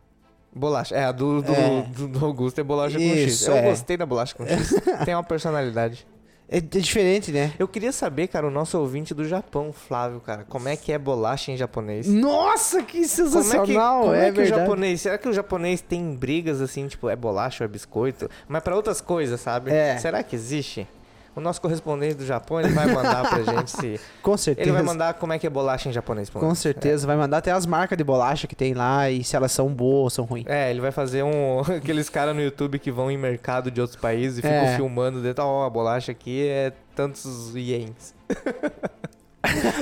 S1: Bolacha. É, a do, do,
S2: É.
S1: do- do Augusto é bolacha com X.
S2: Isso,
S1: Eu
S2: é.
S1: gostei da bolacha com X. Tem uma personalidade.
S2: É, é diferente, né?
S1: Eu queria saber, cara, o nosso ouvinte do Japão, Flávio, cara, como é que é bolacha em japonês?
S2: Nossa,
S1: Como
S2: que
S1: é que,
S2: sensacional!
S1: como é que o
S2: verdade.
S1: japonês. Será que o japonês tem brigas assim, tipo, é bolacha ou é biscoito? Mas pra outras coisas, sabe?
S2: É.
S1: Será que existe? O nosso correspondente do Japão, ele vai mandar pra gente se.
S2: Com certeza.
S1: Ele vai mandar como é que é bolacha em japonês. pra
S2: Com
S1: nós.
S2: certeza, vai mandar até as marcas de bolacha que tem lá e se elas são boas ou são ruins.
S1: É, ele vai fazer um. Aqueles caras no YouTube que vão em mercado de outros países e ficam
S2: É.
S1: filmando dentro. Ó, a bolacha aqui é tantos ienes.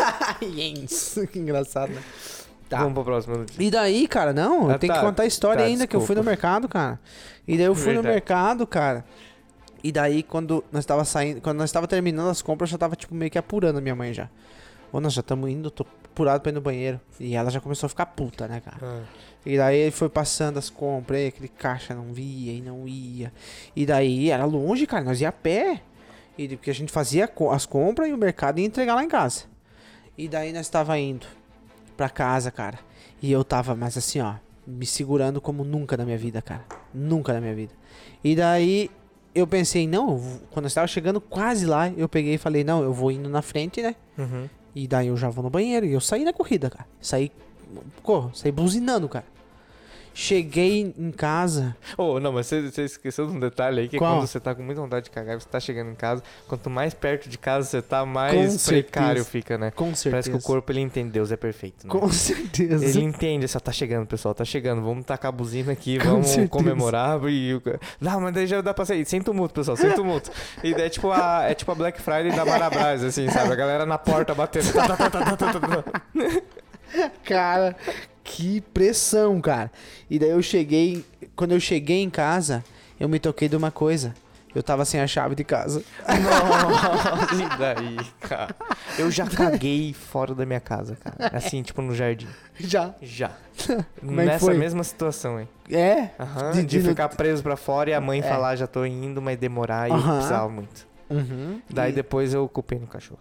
S2: Iens. que engraçado, né? Tá.
S1: Vamos pro próximo notícia.
S2: E daí, cara, não,
S1: Ah,
S2: eu tenho
S1: tá.
S2: que contar a
S1: Tá,
S2: história ainda, que eu fui no
S1: desculpa.
S2: mercado, cara. E daí eu fui no
S1: Verdade.
S2: mercado, cara. E daí, quando nós tava saindo, quando nós tava terminando as compras, eu já tava, tipo, meio que apurando a minha mãe já. Ô, nós já estamos indo, tô apurado pra ir no banheiro. E ela já começou a ficar puta, né, cara?
S1: Ah.
S2: E daí ele foi passando as compras, e aquele caixa não via e não ia. E daí era longe, cara, nós ia a pé. E de- porque a gente fazia co- as compras e o mercado ia entregar lá em casa. E daí nós tava indo pra casa, cara. E eu tava, mas assim, ó, me segurando como nunca na minha vida, cara. Nunca na minha vida. E daí eu pensei, não, eu vou- quando eu estava chegando quase lá, eu peguei e falei, não, eu vou indo na frente, né? E daí eu já vou no banheiro. E eu saí na corrida, cara. Saí. Corro, saí buzinando, cara. Cheguei em casa.
S1: Oh, não, mas você, você esqueceu de um detalhe aí que
S2: Qual?
S1: quando você tá com muita vontade de cagar, você tá chegando em casa, quanto mais perto de casa você tá, mais
S2: Com
S1: precário
S2: certeza.
S1: fica, né?
S2: Com certeza.
S1: Parece que o corpo ele entende, Deus é perfeito. Né?
S2: Com certeza.
S1: Ele entende, assim, ó, tá chegando, pessoal, tá chegando, vamos tacar a buzina aqui,
S2: Com
S1: vamos
S2: certeza.
S1: comemorar. E... o ca- Não, mas daí já dá pra sair, sem tumulto, pessoal, sem tumulto. E daí é tipo a, é tipo a Black Friday da Marabras, assim, sabe? A galera na porta batendo. tá, tá, tá, tá, tá, tá, tá.
S2: Cara, que pressão, cara. E daí eu cheguei, quando eu cheguei em casa, eu me toquei de uma coisa. Eu tava sem a chave de casa.
S1: Não, e daí, cara? Eu já caguei fora da minha casa, cara. Assim, tipo no jardim.
S2: Já.
S1: Já.
S2: Como é que
S1: Nessa
S2: foi?
S1: mesma situação, hein?
S2: É?
S1: Aham,
S2: De-
S1: de,
S2: de- É.
S1: ficar preso pra fora e a mãe falar, "Ah, já tô indo, mas demorar e eu
S2: Aham.
S1: precisava muito.
S2: Uhum.
S1: Daí depois eu culpei no cachorro.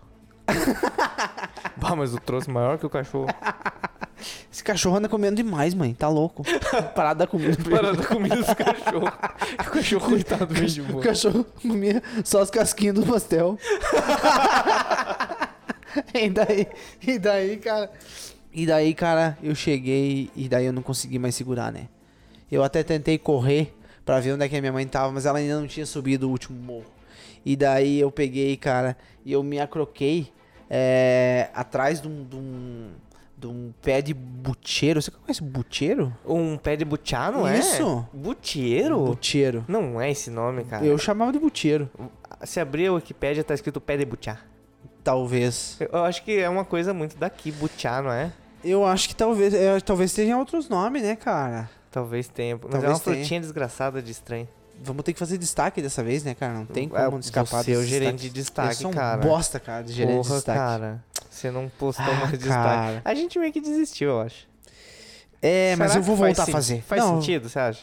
S1: bah, mas eu trouxe maior que o cachorro.
S2: Esse cachorro anda comendo demais, mãe. Tá louco. Parada comida. pra ele.
S1: Parando a comida do cachorro. E o cachorro, coitado, veio de
S2: O
S1: boa.
S2: cachorro comia só as casquinhas do pastel. e daí, e daí, cara. E daí, cara, eu cheguei e daí eu não consegui mais segurar, né? Eu até tentei correr pra ver onde é que a minha mãe tava, mas ela ainda não tinha subido o último morro. E daí eu peguei, cara, e eu me acroquei é, atrás de um, de um. de um pé de bucheiro. Você conhece bucheiro?
S1: Um pé de butiá, não é?
S2: Isso.
S1: Butieiro?
S2: Bucheiro.
S1: Não é esse nome, cara.
S2: Eu chamava de bucheiro,
S1: Se abrir a Wikipédia, tá escrito pé de butiá.
S2: talvez.
S1: Eu- Eu acho que é uma coisa muito daqui, butiá, não é?
S2: Eu acho que talvez, é, talvez tenha outros nomes, né, cara?
S1: Talvez tenha. Mas é
S2: Talvez
S1: uma
S2: tenha.
S1: frutinha desgraçada de estranho.
S2: Vamos ter que fazer destaque dessa vez, né, cara? Não tem
S1: Ah,
S2: como escapar
S1: você é o
S2: desses
S1: gerente de destaque,
S2: destaques. Eu sou um
S1: cara.
S2: bosta, cara, de gerente de
S1: Porra,
S2: destaque.
S1: cara. Você não postou
S2: Ah,
S1: mais
S2: cara.
S1: destaque. A gente meio que desistiu, eu acho.
S2: É, mas
S1: Será
S2: eu vou
S1: que faz
S2: voltar a
S1: sen-
S2: fazer.
S1: Faz
S2: Não,
S1: sentido, você acha?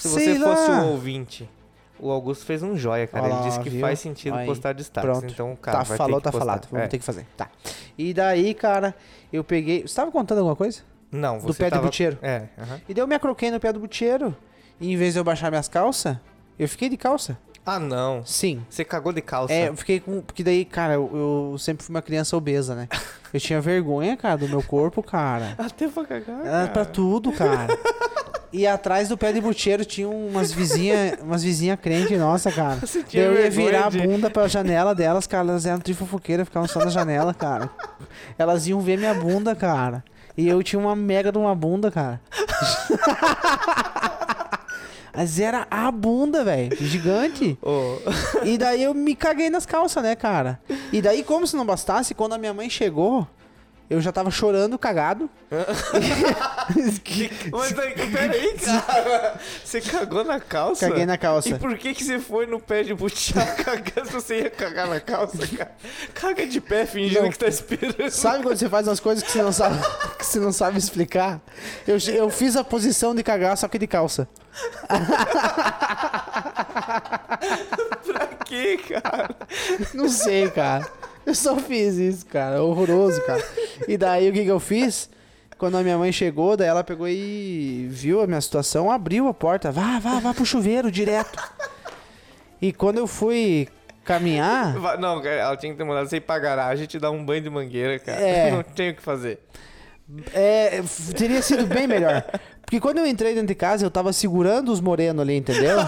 S1: Se
S2: sei
S1: você fosse
S2: lá.
S1: um ouvinte, o Augusto fez um joia, cara.
S2: Olha
S1: Ele
S2: lá,
S1: disse que
S2: viu?
S1: faz sentido
S2: Aí,
S1: postar destaques.
S2: pronto.
S1: Então, cara,
S2: tá,
S1: vai ter
S2: falou,
S1: que
S2: tá
S1: postar.
S2: falado. Vamos
S1: É.
S2: ter que fazer. Tá. E daí, cara, eu peguei. Você tava contando alguma coisa?
S1: Não, você
S2: pé do
S1: tava...
S2: butcheiro.
S1: É, aham.
S2: E daí eu me acroquei no pé do bucheiro. E em vez de eu baixar minhas calças, eu fiquei de calça.
S1: Ah, não.
S2: Sim.
S1: Você cagou de calça.
S2: É, eu fiquei com. Porque daí, cara, eu, eu sempre fui uma criança obesa, né? Eu tinha vergonha, cara, do meu corpo, cara.
S1: Até pra cagar,
S2: Era pra tudo, cara. E atrás do pé de bucheiro tinha umas vizinhas umas vizinha crente nossa, cara.
S1: Você tinha
S2: Eu ia
S1: vergonha
S2: virar a
S1: de-
S2: bunda pra janela delas, cara. Elas eram trifofoqueiras, ficavam só na janela, cara. Elas iam ver minha bunda, cara. E eu tinha uma mega de uma bunda, cara. Mas era a bunda, velho. Gigante.
S1: Ô,
S2: E daí eu me caguei nas calças, né, cara? E daí, como se não bastasse, quando a minha mãe chegou, eu já tava chorando, cagado.
S1: Mas aí, peraí, cara. Você cagou na calça?
S2: Caguei na calça.
S1: E por que que você foi no pé de butiá cagar se você ia cagar na calça, cara? Caga de pé fingindo
S2: Não.
S1: que tá esperando.
S2: Sabe quando você faz umas coisas que você não sabe, que você não sabe explicar? Eu, che- eu fiz a posição de cagar, só que de calça.
S1: pra quê, cara?
S2: Não sei, cara. Eu só fiz isso, cara. Horroroso, cara. E daí o que, que eu fiz? Quando a minha mãe chegou, daí ela pegou e viu a minha situação, abriu a porta. Vá, vá, vá pro chuveiro direto. E quando eu fui caminhar.
S1: Va- Não, cara, ela tinha que ter mandado você ir pra garagem e te dar um banho de mangueira, cara.
S2: É.
S1: Não tem o que fazer.
S2: É, f- teria sido bem melhor. Porque quando eu entrei dentro de casa, eu tava segurando os morenos ali, entendeu?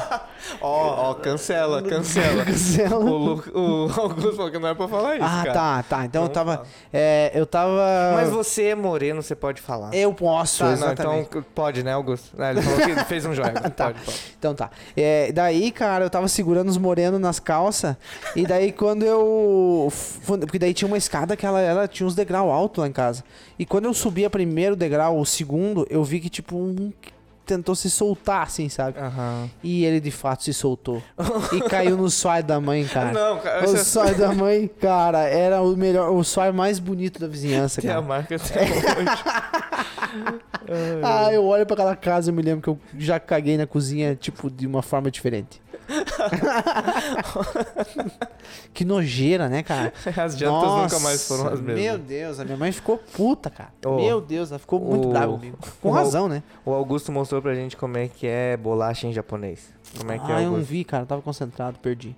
S1: Ó, ó, cancela, cancela.
S2: Cancela.
S1: O, Lu- o Augusto falou que não era pra falar isso,
S2: Ah,
S1: cara.
S2: tá, tá. Então eu
S1: Não
S2: tava.
S1: fala.
S2: é, eu tava.
S1: Mas você é moreno, você pode falar.
S2: Eu posso,
S1: Tá, não,
S2: É, exatamente.
S1: então c- pode, né, Augusto? Ah, ele falou que fez um joia.
S2: Tá.
S1: Pode, pode.
S2: Então tá. É, daí, cara, eu tava segurando os morenos nas calças. E daí, quando eu. fu- Porque daí tinha uma escada que ela, ela tinha uns degrau alto lá em casa. E quando eu subia primeiro degrau, o segundo, eu vi que, tipo, um que tentou se soltar, assim, sabe?
S1: Aham.
S2: E ele de fato se soltou. e caiu no suai da mãe, cara.
S1: Não, cara, é-
S2: O
S1: você-
S2: suai da mãe, cara, era o melhor, o suai mais bonito da vizinhança,
S1: Tem a
S2: cara.
S1: marca tá até hoje.
S2: Ah, eu olho pra aquela casa e me lembro que eu já caguei na cozinha, tipo, de uma forma diferente. que nojeira, né, cara?
S1: As jantas nunca mais foram as
S2: Nossa,
S1: mesmas.
S2: Meu Deus, a minha mãe ficou puta, cara.
S1: Ô.
S2: meu Deus, ela ficou muito
S1: Ô.
S2: brava comigo. Com
S1: Ô.
S2: razão, né?
S1: O Augusto mostrou pra gente como é que é bolacha em japonês. Como é que
S2: ah,
S1: é,
S2: eu não
S1: Augusto?
S2: vi, cara, eu tava concentrado, perdi.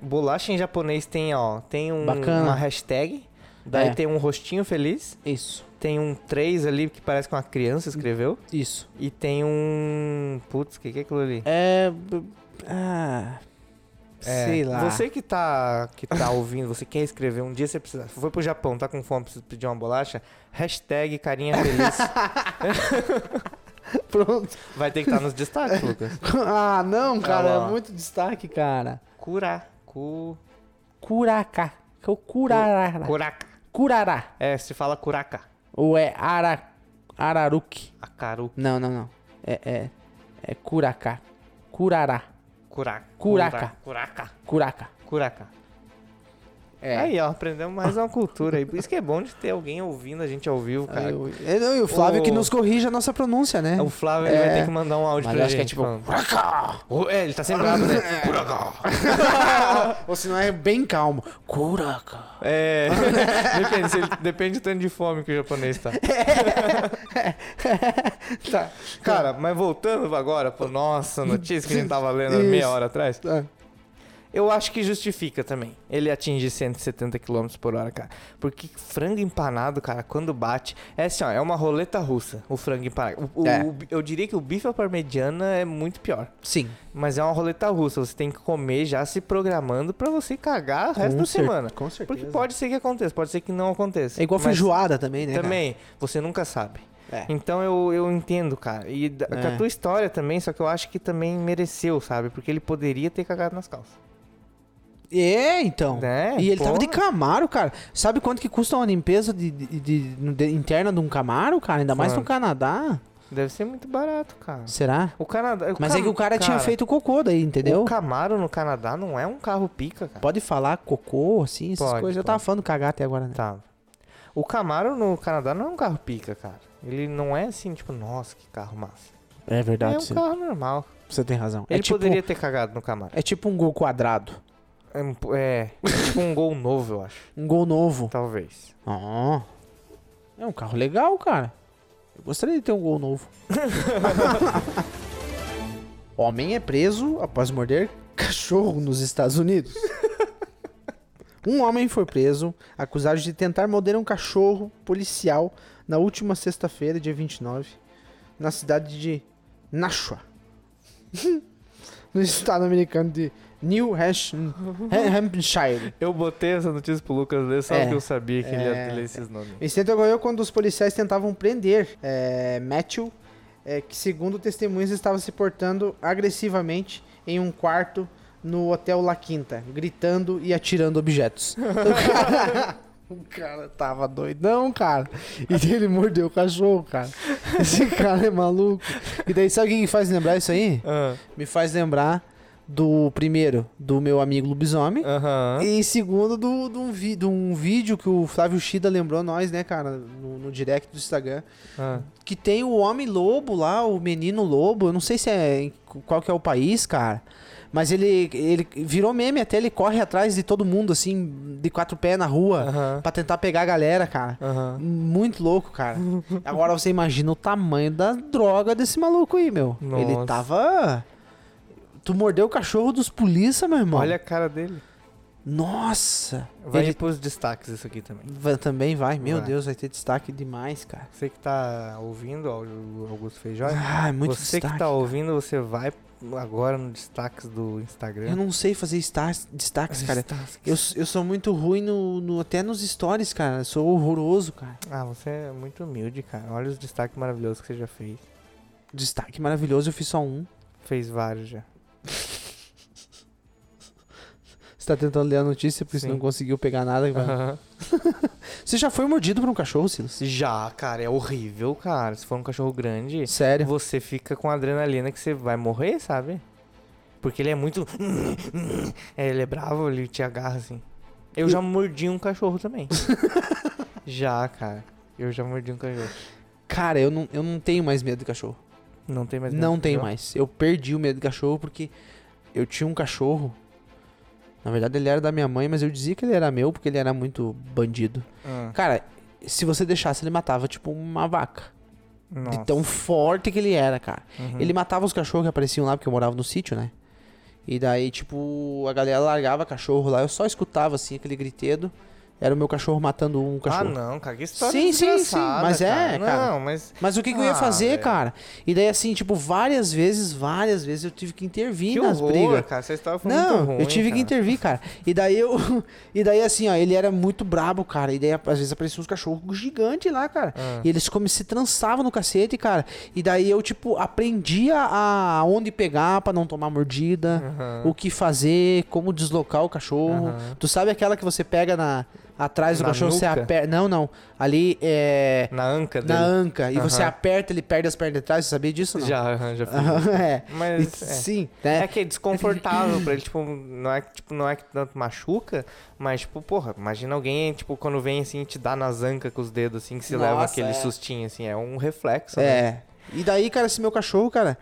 S1: Bolacha em japonês tem, ó, tem um-
S2: Bacana.
S1: uma hashtag, daí
S2: É.
S1: tem um rostinho feliz,
S2: Isso,
S1: tem um 3 ali que parece que uma criança escreveu,
S2: isso.
S1: e tem um... Putz, o que, que é aquilo ali?
S2: É. b- Ah.
S1: É,
S2: Sei lá.
S1: Você que tá, que tá ouvindo, você quer escrever, um dia você precisa... Foi pro Japão, tá com fome, precisa pedir uma bolacha, hashtag carinha feliz.
S2: Pronto.
S1: Vai ter que estar nos destaques, Lucas.
S2: ah, não, cara.
S1: lá.
S2: É muito destaque, cara.
S1: Cura, cu...
S2: Curaca. Que é o curará.
S1: Curaca.
S2: Curará.
S1: É, se fala curaca.
S2: Ou é ara. Araruque.
S1: A caru.
S2: Não, não, não. É, é, é Curacá. Curará.
S1: Cura,
S2: Curaca.
S1: Curaca.
S2: Curacá.
S1: Curaca.
S2: É.
S1: Aí, ó, aprendemos mais uma cultura aí. Por isso que é bom de ter alguém ouvindo a gente ao vivo, cara.
S2: Eu- eu- não, e o Flávio
S1: o-
S2: que nos corrige a nossa pronúncia, né?
S1: O Flávio ele vai ter que mandar um áudio
S2: Mas
S1: pra
S2: eu acho que é
S1: gente.
S2: tipo,
S1: falando. O- É, ele tá sempre bravo, né?
S2: Ou se não é bem calmo. Curacá.
S1: É. depende, se ele- depende do tanto de fome que o japonês tá.
S2: Tá.
S1: Cara, mas voltando agora pro nossa notícia que a gente tava lendo há meia
S2: Isso.
S1: hora atrás.
S2: tá.
S1: Eu acho que justifica também. Ele atinge 170 km por hora, cara. Porque frango empanado, cara, quando bate. É assim, ó, é uma roleta russa o frango empanado. O- o-
S2: É.
S1: o- eu diria que o bife à parmegiana é muito pior.
S2: Sim.
S1: Mas é uma roleta russa, você tem que comer já se programando pra você cagar o resto da
S2: cer-
S1: semana.
S2: com certeza.
S1: Porque pode ser que aconteça, pode ser que não aconteça.
S2: É igual
S1: Mas
S2: feijoada também, né? cara?
S1: Também, você nunca sabe.
S2: É.
S1: Então eu, eu entendo, cara. E da, com
S2: É.
S1: a tua história também, só que eu acho que também mereceu, sabe? Porque ele poderia ter cagado nas calças.
S2: É, então.
S1: Né?
S2: E ele tava de
S1: Porra.
S2: Camaro, cara. Sabe quanto que custa uma limpeza de, de- de- de- interna de um Camaro, cara? Ainda mais no
S1: Quanto?
S2: Canadá.
S1: Deve ser muito barato, cara.
S2: Será?
S1: O Canadá.
S2: Mas é
S1: Cam-
S2: que o cara, tinha feito cocô daí, entendeu?
S1: O Camaro no Canadá não é um carro pica, cara.
S2: Pode falar cocô, assim, essas
S1: Pode,
S2: coisas. Eu
S1: pode.
S2: tava falando cagar até agora, né?
S1: Tá. O Camaro no Canadá não é um carro pica, cara. Ele não é assim, tipo, nossa, que carro massa.
S2: É verdade,
S1: é um
S2: você,
S1: carro normal.
S2: você tem razão.
S1: Ele
S2: é, tipo,
S1: poderia ter cagado no Camaro.
S2: é tipo um gol quadrado.
S1: É, um po- é, é tipo um gol novo, eu acho.
S2: Um gol novo.
S1: Talvez.
S2: Ó. É um carro legal, cara. Eu gostaria de ter um gol novo. Homem é preso após morder cachorro nos Estados Unidos. Um homem foi preso, acusado de tentar morder um cachorro policial na última sexta-feira, dia 29, na cidade de Nashua, no estado americano de New Hampshire. Hampshire.
S1: Eu botei essa notícia pro Lucas ler só
S2: É,
S1: porque eu sabia que ele
S2: é.
S1: ia ler esses nomes.
S2: O incidente ocorreu quando os policiais tentavam prender é, Matthew, é, que segundo testemunhas estava se portando agressivamente em um quarto no hotel La Quinta, gritando e atirando objetos. O cara, o cara tava doidão, cara. E ele mordeu o cachorro, cara. Esse cara é maluco. E daí sabe o que que faz lembrar isso aí?
S1: Ah,
S2: Me faz lembrar do primeiro, do meu amigo lobisomem.
S1: Ah, Aham.
S2: E segundo, do, do, um vi, de um vídeo que o Flávio Shida lembrou nós, né, cara, no, no direct do Instagram.
S1: ah.
S2: Que tem o Homem Lobo lá, o Menino Lobo. Eu não sei se é em qual que é o país, cara. Mas ele, ele virou meme até, ele corre atrás de todo mundo, assim, de quatro pés na rua,
S1: Aham.
S2: pra tentar pegar a galera, cara.
S1: Aham.
S2: Muito louco, cara. Agora você imagina o tamanho da droga desse maluco aí, meu. Ele
S1: Nossa.
S2: tava. Tu mordeu o cachorro dos polícia, meu irmão.
S1: Olha a cara dele.
S2: Nossa!
S1: Vai
S2: Ele-
S1: ir pros destaques isso aqui também.
S2: Vai- também vai. Meu
S1: Vai.
S2: Deus, vai ter destaque demais, cara.
S1: Você que tá ouvindo, ó, o Augusto Feijó.
S2: Ah, é muito
S1: você
S2: destaque,
S1: que tá
S2: cara.
S1: ouvindo, você vai agora no destaques do Instagram.
S2: Eu não sei fazer sta- destaques, cara.
S1: Destaques.
S2: Eu, s- eu sou muito ruim no, no- até nos stories, cara. Eu Sou horroroso, cara.
S1: Ah, você é muito humilde, cara. Olha os destaques maravilhosos que você já fez.
S2: Destaque maravilhoso, eu fiz só um.
S1: Fez vários já.
S2: Você tá tentando ler a notícia porque você
S1: Sim.
S2: não conseguiu pegar nada. vai.
S1: Aham.
S2: Você já foi mordido por um cachorro, Silas?
S1: Já, cara, é horrível, cara. Se for um cachorro grande,
S2: Sério.
S1: você fica com adrenalina que você vai morrer, sabe? Porque ele é muito. É, ele é bravo, ele te agarra assim. Eu já mordi um cachorro também. já, cara. Eu já mordi um cachorro.
S2: Cara, eu não, eu não tenho mais medo de cachorro.
S1: Não tem mais.
S2: Não
S1: medo,
S2: tenho
S1: entendeu?
S2: mais. Eu perdi o medo de cachorro porque eu tinha um cachorro. Na verdade, ele era da minha mãe, mas eu dizia que ele era meu porque ele era muito bandido.
S1: Ah,
S2: Cara, se você deixasse, ele matava tipo uma vaca.
S1: nossa.
S2: De tão forte que ele era, cara.
S1: Uhum.
S2: Ele matava os cachorros que apareciam lá, porque eu morava no sítio, né? E daí, tipo, a galera largava cachorro lá. Eu só escutava, assim, aquele gritedo. Era o meu cachorro matando um cachorro.
S1: Ah, não, cara. Que história
S2: Sim, sim, sim,
S1: desgraçada,
S2: mas é, cara.
S1: Não, mas.
S2: Mas o que, que eu ia
S1: Ah,
S2: fazer,
S1: velho.
S2: cara? E daí, assim, tipo, várias vezes, várias vezes eu tive que intervir
S1: Que
S2: nas
S1: horror,
S2: brigas.
S1: cara. Essa história foi
S2: Não,
S1: muito ruim.
S2: eu tive que
S1: cara.
S2: intervir, cara. E daí eu. E daí, assim, ó, ele era muito brabo, cara. E daí, às vezes, apareciam uns cachorros gigantes lá, cara.
S1: Ah.
S2: E eles como se trançavam no cacete, cara. E daí eu, tipo, aprendia a onde pegar pra não tomar mordida, o que fazer, como deslocar o cachorro. Tu sabe aquela que você pega na. atrás do
S1: Na
S2: cachorro, você
S1: nuca?
S2: aperta. Não, não. Ali é.
S1: Na anca dele.
S2: Na anca. E você
S1: Aham.
S2: aperta, ele perde as pernas de trás. Você sabia disso? Não.
S1: Já, aham, já fiz.
S2: é.
S1: Mas,
S2: E-
S1: é.
S2: Sim.
S1: É
S2: Né?
S1: que é desconfortável pra ele, tipo, não é, que- tipo, não é que tanto machuca, mas, tipo, porra, imagina alguém, tipo, quando vem assim, te dá na zanca com os dedos, assim, que se leva
S2: Nossa,
S1: aquele
S2: é.
S1: sustinho, assim, é um reflexo, né?
S2: É. E daí, cara, esse meu cachorro, cara,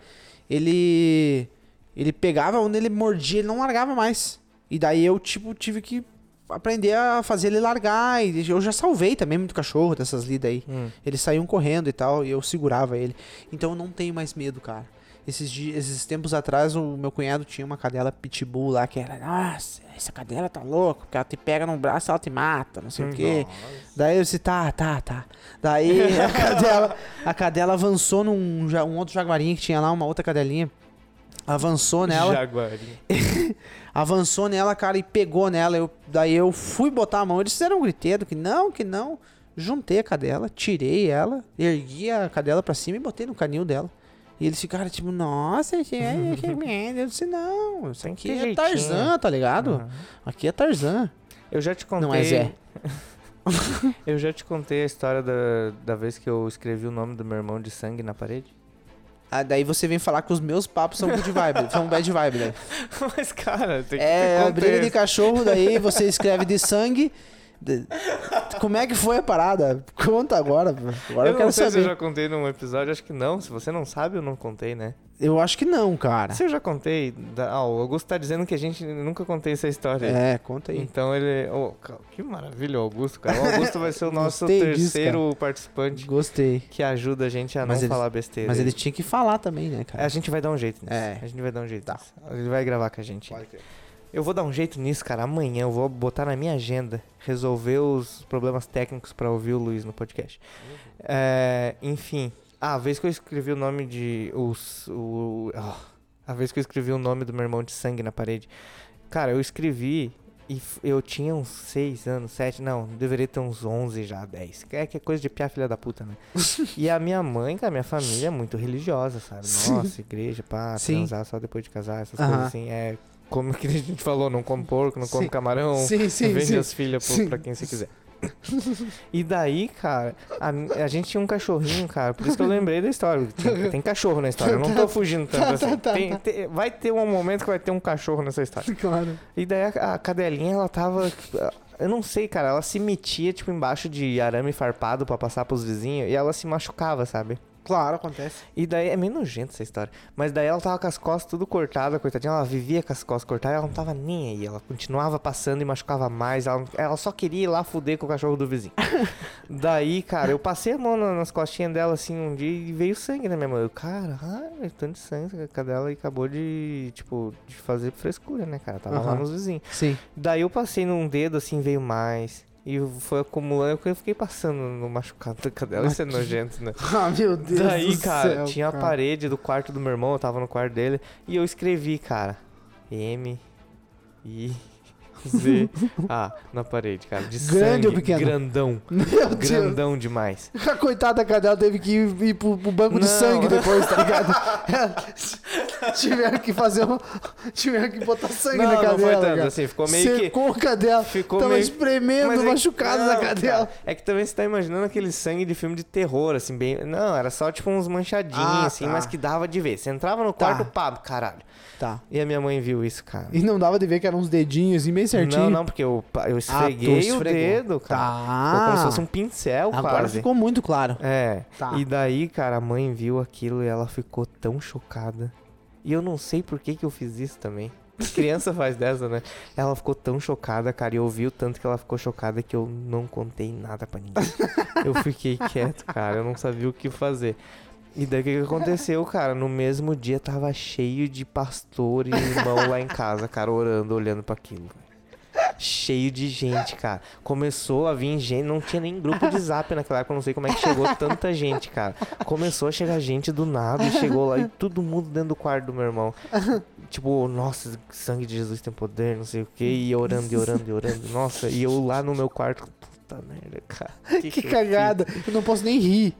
S2: ele. Ele pegava onde ele mordia, ele não largava mais. E daí eu, tipo, tive que aprender a fazer ele largar. E eu já salvei também muito cachorro dessas lidas aí. Eles saíam correndo e tal, e eu segurava ele. Então eu não tenho mais medo, cara. Esses, dias, esses tempos atrás, o meu cunhado tinha uma cadela pitbull lá que era, nossa, essa cadela tá louca, porque ela te pega no braço, ela te mata, não sei o quê. Daí eu disse, tá, tá, tá. Daí a cadela, a cadela avançou num ja- um outro jaguarinho que tinha lá, uma outra cadelinha. Avançou nela
S1: Jaguarinho.
S2: avançou nela, cara, e pegou nela. Eu, daí eu fui botar a mão. Eles fizeram um griteiro que não, que não. Juntei a cadela, tirei ela, ergui a cadela pra cima e botei no canil dela. E eles ficaram tipo, nossa, que, que medo. Eu disse, não, isso
S1: Tem
S2: aqui
S1: que ter
S2: é
S1: jeitinho.
S2: Tarzan, tá ligado? Aqui é Tarzan.
S1: Eu já te contei...
S2: Não é Zé.
S1: eu já te contei a história da, da vez que eu escrevi o nome do meu irmão de sangue na parede?
S2: Ah, daí você vem falar que os meus papos são good vibe, são bad vibe, né?
S1: mas, cara, tem que
S2: É,
S1: ter
S2: a briga de
S1: contexto.
S2: cachorro, daí você escreve de sangue. De- Como é que foi a parada? Conta agora. pô. Agora
S1: eu
S2: eu,
S1: não
S2: quero
S1: sei se eu
S2: saber.
S1: já contei num episódio, acho que não. Se você não sabe, eu não contei, né?
S2: Eu acho que não, cara.
S1: Se eu já contei, da- ah, o Augusto tá dizendo que a gente nunca contei essa história.
S2: É, conta aí.
S1: Então ele. Ô, ca- que maravilha, o Augusto, cara. O Augusto vai ser o nosso
S2: Gostei disso,
S1: terceiro participante
S2: Gostei.
S1: que ajuda a gente a
S2: Mas
S1: não
S2: ele-
S1: falar besteira.
S2: Mas ele tinha que falar também, né,
S1: A
S2: cara?
S1: gente vai dar um jeito nisso.
S2: É.
S1: A gente vai dar um jeito. nisso. Ele vai gravar com a gente. Eu vou dar um jeito nisso, cara. Amanhã eu vou botar na minha agenda resolver os problemas técnicos pra ouvir o Luiz no podcast.
S2: Uhum.
S1: É, enfim, ah, a vez que eu escrevi o nome de os o ah, a vez que eu escrevi o nome do meu irmão de sangue na parede. Cara, eu escrevi e f- eu tinha uns 6 anos, 7, não, deveria ter uns 11 já, 10. É que é coisa de piar filha da puta, né? e a minha mãe, cara, minha família é muito religiosa, sabe? Nossa, igreja, pá,
S2: Sim.
S1: transar só depois de casar, essas
S2: Aham.
S1: coisas assim. É, como que a gente falou, não come porco, não come
S2: Sim.
S1: camarão,
S2: Sim, sim,
S1: vende
S2: sim.
S1: as filhas pro-
S2: Sim.
S1: pra quem você quiser. e daí, cara, a, mi- a gente tinha um cachorrinho, cara, por isso que eu lembrei da história. Tinha- tem cachorro na história, eu
S2: Tá,
S1: não tô fugindo tanto assim. Tem- tem- vai ter um momento que vai ter um cachorro nessa história.
S2: Claro.
S1: E daí a, a cadelinha, ela tava. Eu não sei, cara, ela se metia, tipo, embaixo de arame farpado pra passar pros vizinhos e ela se machucava, sabe?
S2: Claro, acontece.
S1: E daí é meio nojento essa história. Mas daí ela tava com as costas tudo cortada, coitadinha. Ela vivia com as costas cortadas, ela não tava nem aí. Ela continuava passando e machucava mais. Ela, ela só queria ir lá fuder com o cachorro do vizinho. daí, cara, eu passei a mão na- nas costinhas dela assim um dia e veio sangue na minha mão. Eu, caralho, é tanto de sangue essa cadela e acabou de, tipo, de fazer frescura, né, cara? Tava lá
S2: Aham.
S1: nos vizinhos.
S2: Sim.
S1: Daí eu passei num dedo assim, veio mais. E foi acumulando, eu fiquei passando no machucado da cadela. Isso é nojento, né?
S2: Ah, meu Deus
S1: Daí,
S2: do
S1: cara,
S2: céu,
S1: tinha
S2: cara.
S1: a parede do quarto do meu irmão, eu tava no quarto dele, e eu escrevi, cara, M, I, Z, A na parede, cara. De
S2: Grande
S1: sangue,
S2: ou pequeno?
S1: Grandão.
S2: Meu Deus.
S1: Grandão demais.
S2: A coitada da cadela teve que ir, ir pro, pro banco de
S1: Não.
S2: sangue depois, tá ligado? tiveram que fazer uma... Tiveram que botar sangue
S1: Não,
S2: na
S1: não foi
S2: cadela,
S1: tanto
S2: cara.
S1: assim, ficou meio que-
S2: Secou a cadela.
S1: Ficou
S2: Tava
S1: meio- Mas
S2: espremendo o
S1: é-
S2: machucado da
S1: não,
S2: cadela.
S1: cara, é que também você tá imaginando aquele sangue de filme de terror, assim, bem. Não, era só tipo uns manchadinhos,
S2: Ah,
S1: assim,
S2: tá.
S1: mas que dava de ver. Você entrava no
S2: Tá.
S1: quarto, pá, caralho.
S2: Tá.
S1: E a minha mãe viu isso, cara.
S2: E não dava de ver que eram uns dedinhos assim, bem certinho. Ah,
S1: Não, não, porque eu, eu esfreguei o
S2: esfregou.
S1: dedo, cara.
S2: Tá.
S1: Ficou como se fosse um pincel,
S2: Agora
S1: quase.
S2: ficou muito claro.
S1: É.
S2: Tá.
S1: E daí, cara, a mãe viu aquilo e ela ficou tão chocada. E eu não sei por que, que eu fiz isso também. Criança faz dessa, né? Ela ficou tão chocada, cara, e eu vi o tanto que ela ficou chocada que eu não contei nada pra ninguém. eu fiquei quieto, cara, eu não sabia o que fazer. E daí o que, que aconteceu, cara? No mesmo dia tava cheio de pastor e irmão lá em casa, cara, orando, olhando pra aquilo. Cheio de gente, cara. Começou a vir gente, não tinha nem grupo de zap naquela época, eu não sei como é que chegou tanta gente, cara. Começou a chegar gente do nada e chegou lá e todo mundo dentro do quarto do meu irmão. Tipo, nossa, sangue de Jesus tem poder, não sei o quê, e eu orando, e orando, e orando. Nossa, e eu lá no meu quarto, puta merda, cara. Que,
S2: Que
S1: eu
S2: cagada. Eu não posso nem rir.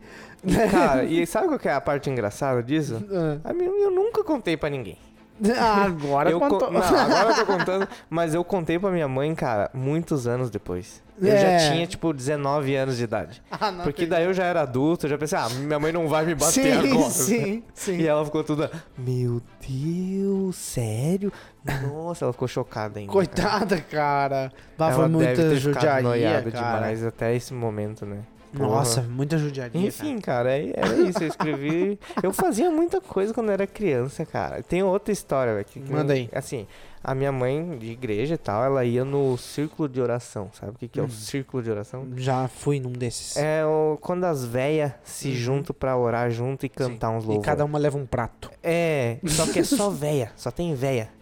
S1: fiz? Cara, e sabe qual que é a parte engraçada disso?
S2: Ah,
S1: A minha- Eu nunca contei pra ninguém.
S2: Agora
S1: Eu
S2: contou.
S1: con- Não, agora eu tô contando, mas eu contei pra minha mãe, cara, muitos anos depois. Eu
S2: É.
S1: já tinha, tipo, 19 anos de idade.
S2: Ah, não
S1: Porque
S2: acredito.
S1: daí eu já era adulto, eu já pensei, ah, minha mãe não vai me bater
S2: Sim,
S1: agora.
S2: sim, sim.
S1: E ela ficou toda, meu Deus, sério? Nossa, ela ficou chocada ainda. cara.
S2: Coitada, cara. Bah,
S1: ela
S2: foi muita
S1: deve ter ficado
S2: judiaria,
S1: noiada
S2: cara.
S1: demais até esse momento, né? Porra.
S2: Nossa, muita judiaria.
S1: Enfim, cara, é, é isso. Eu escrevi. eu fazia muita coisa quando era criança, cara. Tem outra história, velho. que- que-
S2: Manda aí.
S1: Assim, a minha mãe de igreja e tal, ela ia no círculo de oração. Sabe o que,
S2: Hum.
S1: que é o círculo de oração?
S2: cara. Já fui num desses.
S1: É o- quando as velhas se juntam pra orar junto e cantar uns
S2: Uhum. e
S1: louvores.
S2: cada uma leva um prato.
S1: É, só que é só véia, só tem véia.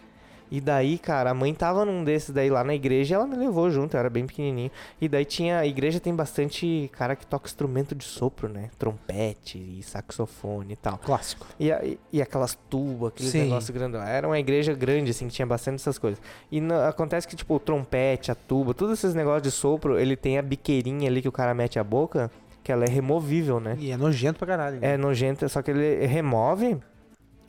S1: E daí, cara, a mãe tava num desses daí lá na igreja, ela me levou junto, eu era bem pequenininho. E daí tinha, a igreja tem bastante cara que toca instrumento de sopro, né? Trompete e saxofone e tal.
S2: Clássico.
S1: E, a- e- e aquelas tubas, aqueles
S2: Sim.
S1: negócios grandão. Era uma igreja grande, assim, que tinha bastante essas coisas. E na- acontece que, tipo, o trompete, a tuba, todos esses negócios de sopro, ele tem a biqueirinha ali que o cara mete a boca, que ela é removível, né?
S2: E é nojento pra caralho. né?
S1: É nojento, só que ele remove.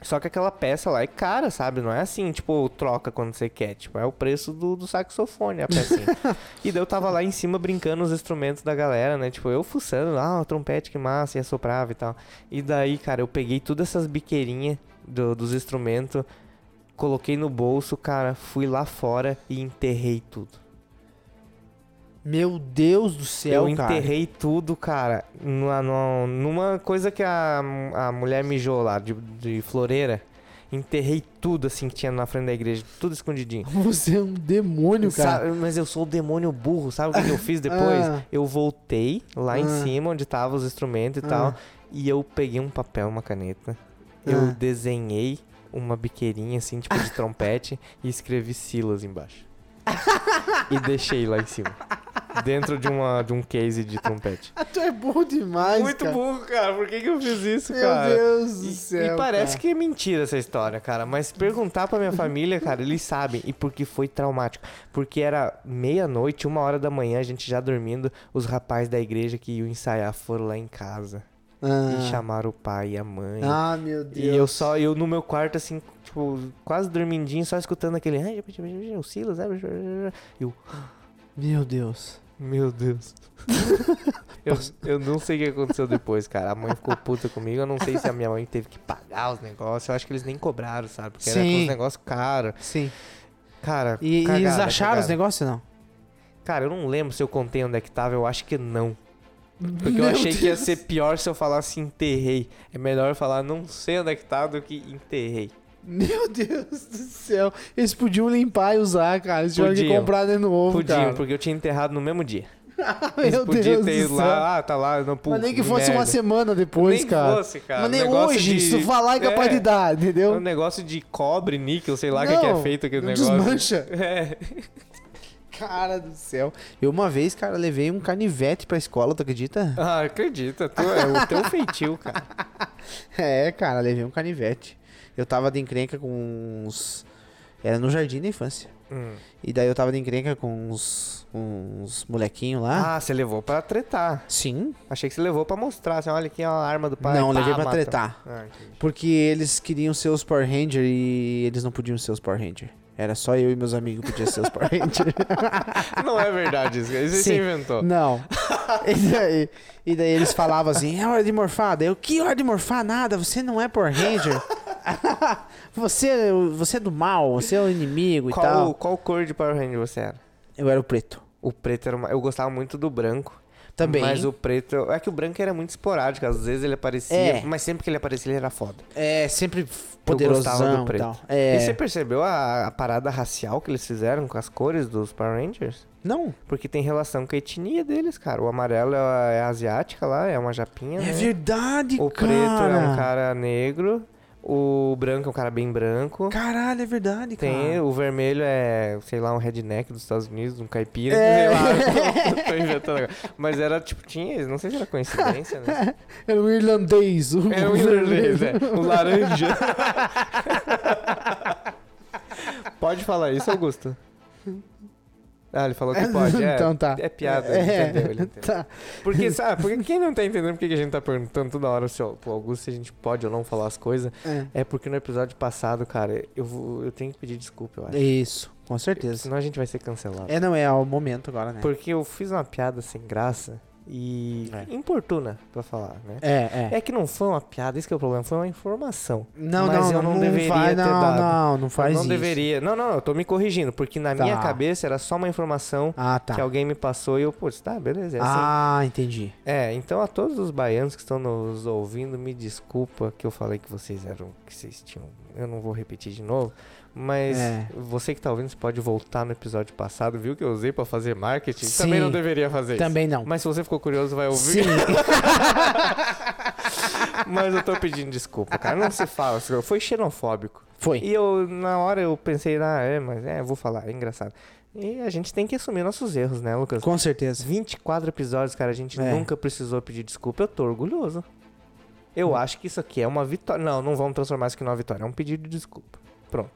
S1: Só que aquela peça lá é cara, sabe? Não é assim, tipo, troca quando você quer. Tipo, é o preço do, do saxofone, a pecinha. e daí eu tava lá em cima brincando os instrumentos da galera, né? Tipo, eu fuçando lá, ah, trompete que massa, e assoprava e tal. E daí, cara, eu peguei todas essas biqueirinhas do- dos instrumentos, coloquei no bolso, cara, fui lá fora e enterrei tudo.
S2: Meu Deus do céu,
S1: Eu
S2: cara.
S1: enterrei tudo, cara, numa, numa- numa coisa que a, a mulher mijou lá, de, de floreira. Enterrei tudo, assim, que tinha na frente da igreja, tudo escondidinho.
S2: Você é um demônio, cara.
S1: Sabe- mas eu sou o demônio burro, sabe o que que eu fiz depois?
S2: Ah.
S1: Eu voltei lá em
S2: Ah.
S1: cima, onde tava os instrumentos e
S2: Ah.
S1: tal, e eu peguei um papel, uma caneta, eu
S2: Ah.
S1: desenhei uma biqueirinha, assim, tipo de trompete, e escrevi silas embaixo. e deixei lá em cima. Dentro de, uma, de um case de trompete.
S2: Ah, tu é bom demais,
S1: Muito
S2: cara.
S1: burro, cara. Por que, que eu fiz isso,
S2: Meu
S1: cara?
S2: Deus do
S1: E-
S2: céu.
S1: E parece
S2: cara.
S1: que é mentira essa história, cara. Mas perguntar pra minha família, cara, eles sabem. E porque foi traumático. Porque era meia-noite, uma hora da manhã, a gente já dormindo. Os rapazes da igreja que iam ensaiar foram lá em casa. E
S2: Ah.
S1: chamaram o pai e a mãe.
S2: Ah, meu Deus.
S1: E eu só, eu no meu quarto, assim, tipo, quase dormindinho, só escutando aquele. "Ai, O Silas, né? E eu,
S2: Meu Deus.
S1: meu Deus. eu, eu não sei o que aconteceu depois, cara. A mãe ficou puta comigo. Eu não sei se a minha mãe teve que pagar os negócios. Eu acho que eles nem cobraram, sabe? Porque era
S2: Sim.
S1: uns negócios caros.
S2: Sim.
S1: Cara,
S2: E, e
S1: cagada,
S2: eles acharam os
S1: cagada.
S2: negócios, não?
S1: Cara, eu não lembro se eu contei onde é que tava. Eu acho que não. Porque
S2: Meu
S1: eu achei que ia
S2: Deus.
S1: ser pior se eu falasse enterrei. É melhor eu falar não sei onde é que tá do que enterrei.
S2: Meu Deus do céu. Eles podiam limpar e usar, cara. Eles tiveram que
S1: Podiam.
S2: comprar de novo,
S1: Podiam,
S2: cara.
S1: porque eu tinha enterrado no mesmo dia.
S2: Meu
S1: Eles podiam
S2: Deus
S1: ter
S2: do
S1: ido
S2: céu.
S1: lá, ah, tá lá, não
S2: Mas nem que fosse uma
S1: merda.
S2: semana depois,
S1: Nem
S2: cara.
S1: fosse, cara.
S2: Mas nem
S1: Negócio
S2: hoje,
S1: de-
S2: se tu falar é capaz
S1: É.
S2: de dar, entendeu?
S1: É um negócio de cobre, níquel, sei lá o que, que é
S2: Não, um
S1: feito aquele
S2: não
S1: negócio.
S2: desmancha.
S1: É.
S2: Cara do céu. Eu uma vez, cara, levei um canivete pra escola, tu acredita?
S1: Ah, acredita, tu é o teu feitio, cara.
S2: É, cara, levei um canivete. Eu tava de encrenca com uns. Era no jardim da infância.
S1: Hum.
S2: E daí eu tava de encrenca com uns. uns molequinhos lá.
S1: Ah, você levou pra tretar.
S2: Sim.
S1: Achei que você levou pra mostrar, assim, olha aqui ó, a arma do pai.
S2: não,
S1: pá,
S2: levei pra
S1: mata.
S2: tretar.
S1: Ah, entendi.
S2: Porque eles queriam ser os Power Ranger e eles não podiam ser os Power Ranger. Era só eu e meus amigos que podiam ser os Power Ranger.
S1: não é verdade isso, cara. isso aí você
S2: Sim.
S1: inventou.
S2: Não. E daí, e daí eles falavam assim, é hora de morfar. Daí eu, que hora de morfar? Nada, você não é Power Ranger. você, você é do mal, você é o inimigo e
S1: Qual,
S2: tal.
S1: qual cor de Power Ranger você era?
S2: Eu era o preto.
S1: O preto era uma... Eu gostava muito do branco.
S2: Também.
S1: Mas o preto... É que o branco era muito esporádico, às vezes ele aparecia,
S2: É.
S1: mas sempre que ele aparecia ele era foda.
S2: É, sempre f-
S1: Eu gostava
S2: poderosão
S1: do
S2: e
S1: preto.
S2: tal. É.
S1: E você percebeu a, a parada racial que eles fizeram com as cores dos Power Rangers?
S2: Não.
S1: Porque tem relação com a etnia deles, cara. O amarelo é, é asiática lá, é uma japinha,
S2: É
S1: né?
S2: verdade,
S1: O
S2: cara.
S1: preto é um cara negro. O branco é um cara bem branco.
S2: Caralho, é verdade, cara.
S1: Tem, o vermelho é, sei lá, um redneck dos Estados Unidos, um caipira, sei
S2: É.
S1: lá, tô inventando agora. Mas era, tipo, tinha, não sei se era coincidência, né?
S2: Era um irlandês. o
S1: É o irlandês, é. O laranja. Pode falar isso, Augusto. Ah, ele falou que pode. É,
S2: então tá.
S1: É piada, ele entendeu, ele entendeu.
S2: Tá.
S1: Porque, sabe, porque quem não tá entendendo por que que a gente tá perguntando toda hora se, ó, pro Augusto se a gente pode ou não falar as coisas,
S2: É.
S1: é porque no episódio passado, cara, eu, vou, eu tenho que pedir desculpa, eu acho.
S2: Isso, com certeza.
S1: Senão a gente vai ser cancelado.
S2: É, não, é o momento agora, né?
S1: Porque eu fiz uma piada sem graça e
S2: É.
S1: importuna pra falar, né?
S2: É, é.
S1: É que não foi uma piada, isso que é o problema, foi uma informação.
S2: Não,
S1: Mas
S2: não,
S1: eu não
S2: não
S1: deveria
S2: vai,
S1: ter
S2: não,
S1: dado.
S2: não, não
S1: Eu
S2: faz
S1: não
S2: isso.
S1: deveria. Não, não, eu tô me corrigindo, porque na
S2: Tá.
S1: minha cabeça era só uma informação
S2: Ah, tá.
S1: que alguém me passou e eu, putz, tá, beleza, é assim.
S2: Ah, entendi.
S1: É, então a todos os baianos que estão nos ouvindo, me desculpa que eu falei que vocês eram, que vocês tinham. Eu não vou repetir de novo, mas
S2: É.
S1: você que tá ouvindo, você pode voltar no episódio passado, viu que eu usei pra fazer marketing? Também não
S2: Sim.
S1: deveria fazer isso.
S2: Também não.
S1: Mas se você ficou curioso, vai
S2: Sim,
S1: ouvir. Mas eu tô pedindo desculpa, cara. Não se fala, senhor. foi xenofóbico.
S2: foi.
S1: E eu, na hora, eu pensei, ah, é, mas é, eu vou falar, é engraçado. E a gente tem que assumir nossos erros, né, Lucas?
S2: Com certeza.
S1: 24 episódios, cara, a gente
S2: É.
S1: nunca precisou pedir desculpa. Eu tô orgulhoso.
S2: Hum.
S1: Eu acho que isso aqui é uma vitória. Não, não vamos transformar isso aqui numa vitória. É um pedido de desculpa. Pronto.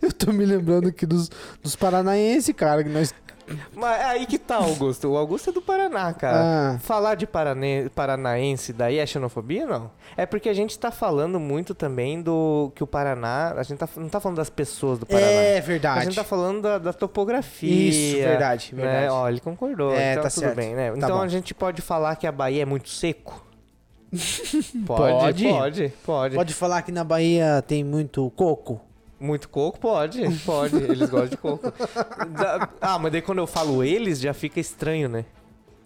S2: Eu tô me lembrando aqui dos, dos paranaenses, cara, que nós...
S1: Mas é aí que tá, Augusto. O Augusto é do Paraná, cara.
S2: Ah.
S1: Falar de parane- paranaense daí é xenofobia, não? É porque a gente tá falando muito também do que o Paraná. A gente tá- não tá falando das pessoas do Paraná.
S2: É
S1: A gente
S2: verdade.
S1: tá falando da, da topografia.
S2: Isso, verdade,
S1: né?
S2: verdade.
S1: Ó, ele concordou.
S2: É,
S1: então
S2: tá
S1: tudo
S2: certo.
S1: bem, né?
S2: Tá
S1: Então
S2: bom.
S1: a gente pode falar que a Bahia é muito seco?
S2: Pode.
S1: Pode, pode.
S2: Pode falar que na Bahia tem muito coco.
S1: Muito coco? Pode, pode. Eles gostam de coco. Da- Ah, mas daí quando eu falo eles, já fica estranho, né?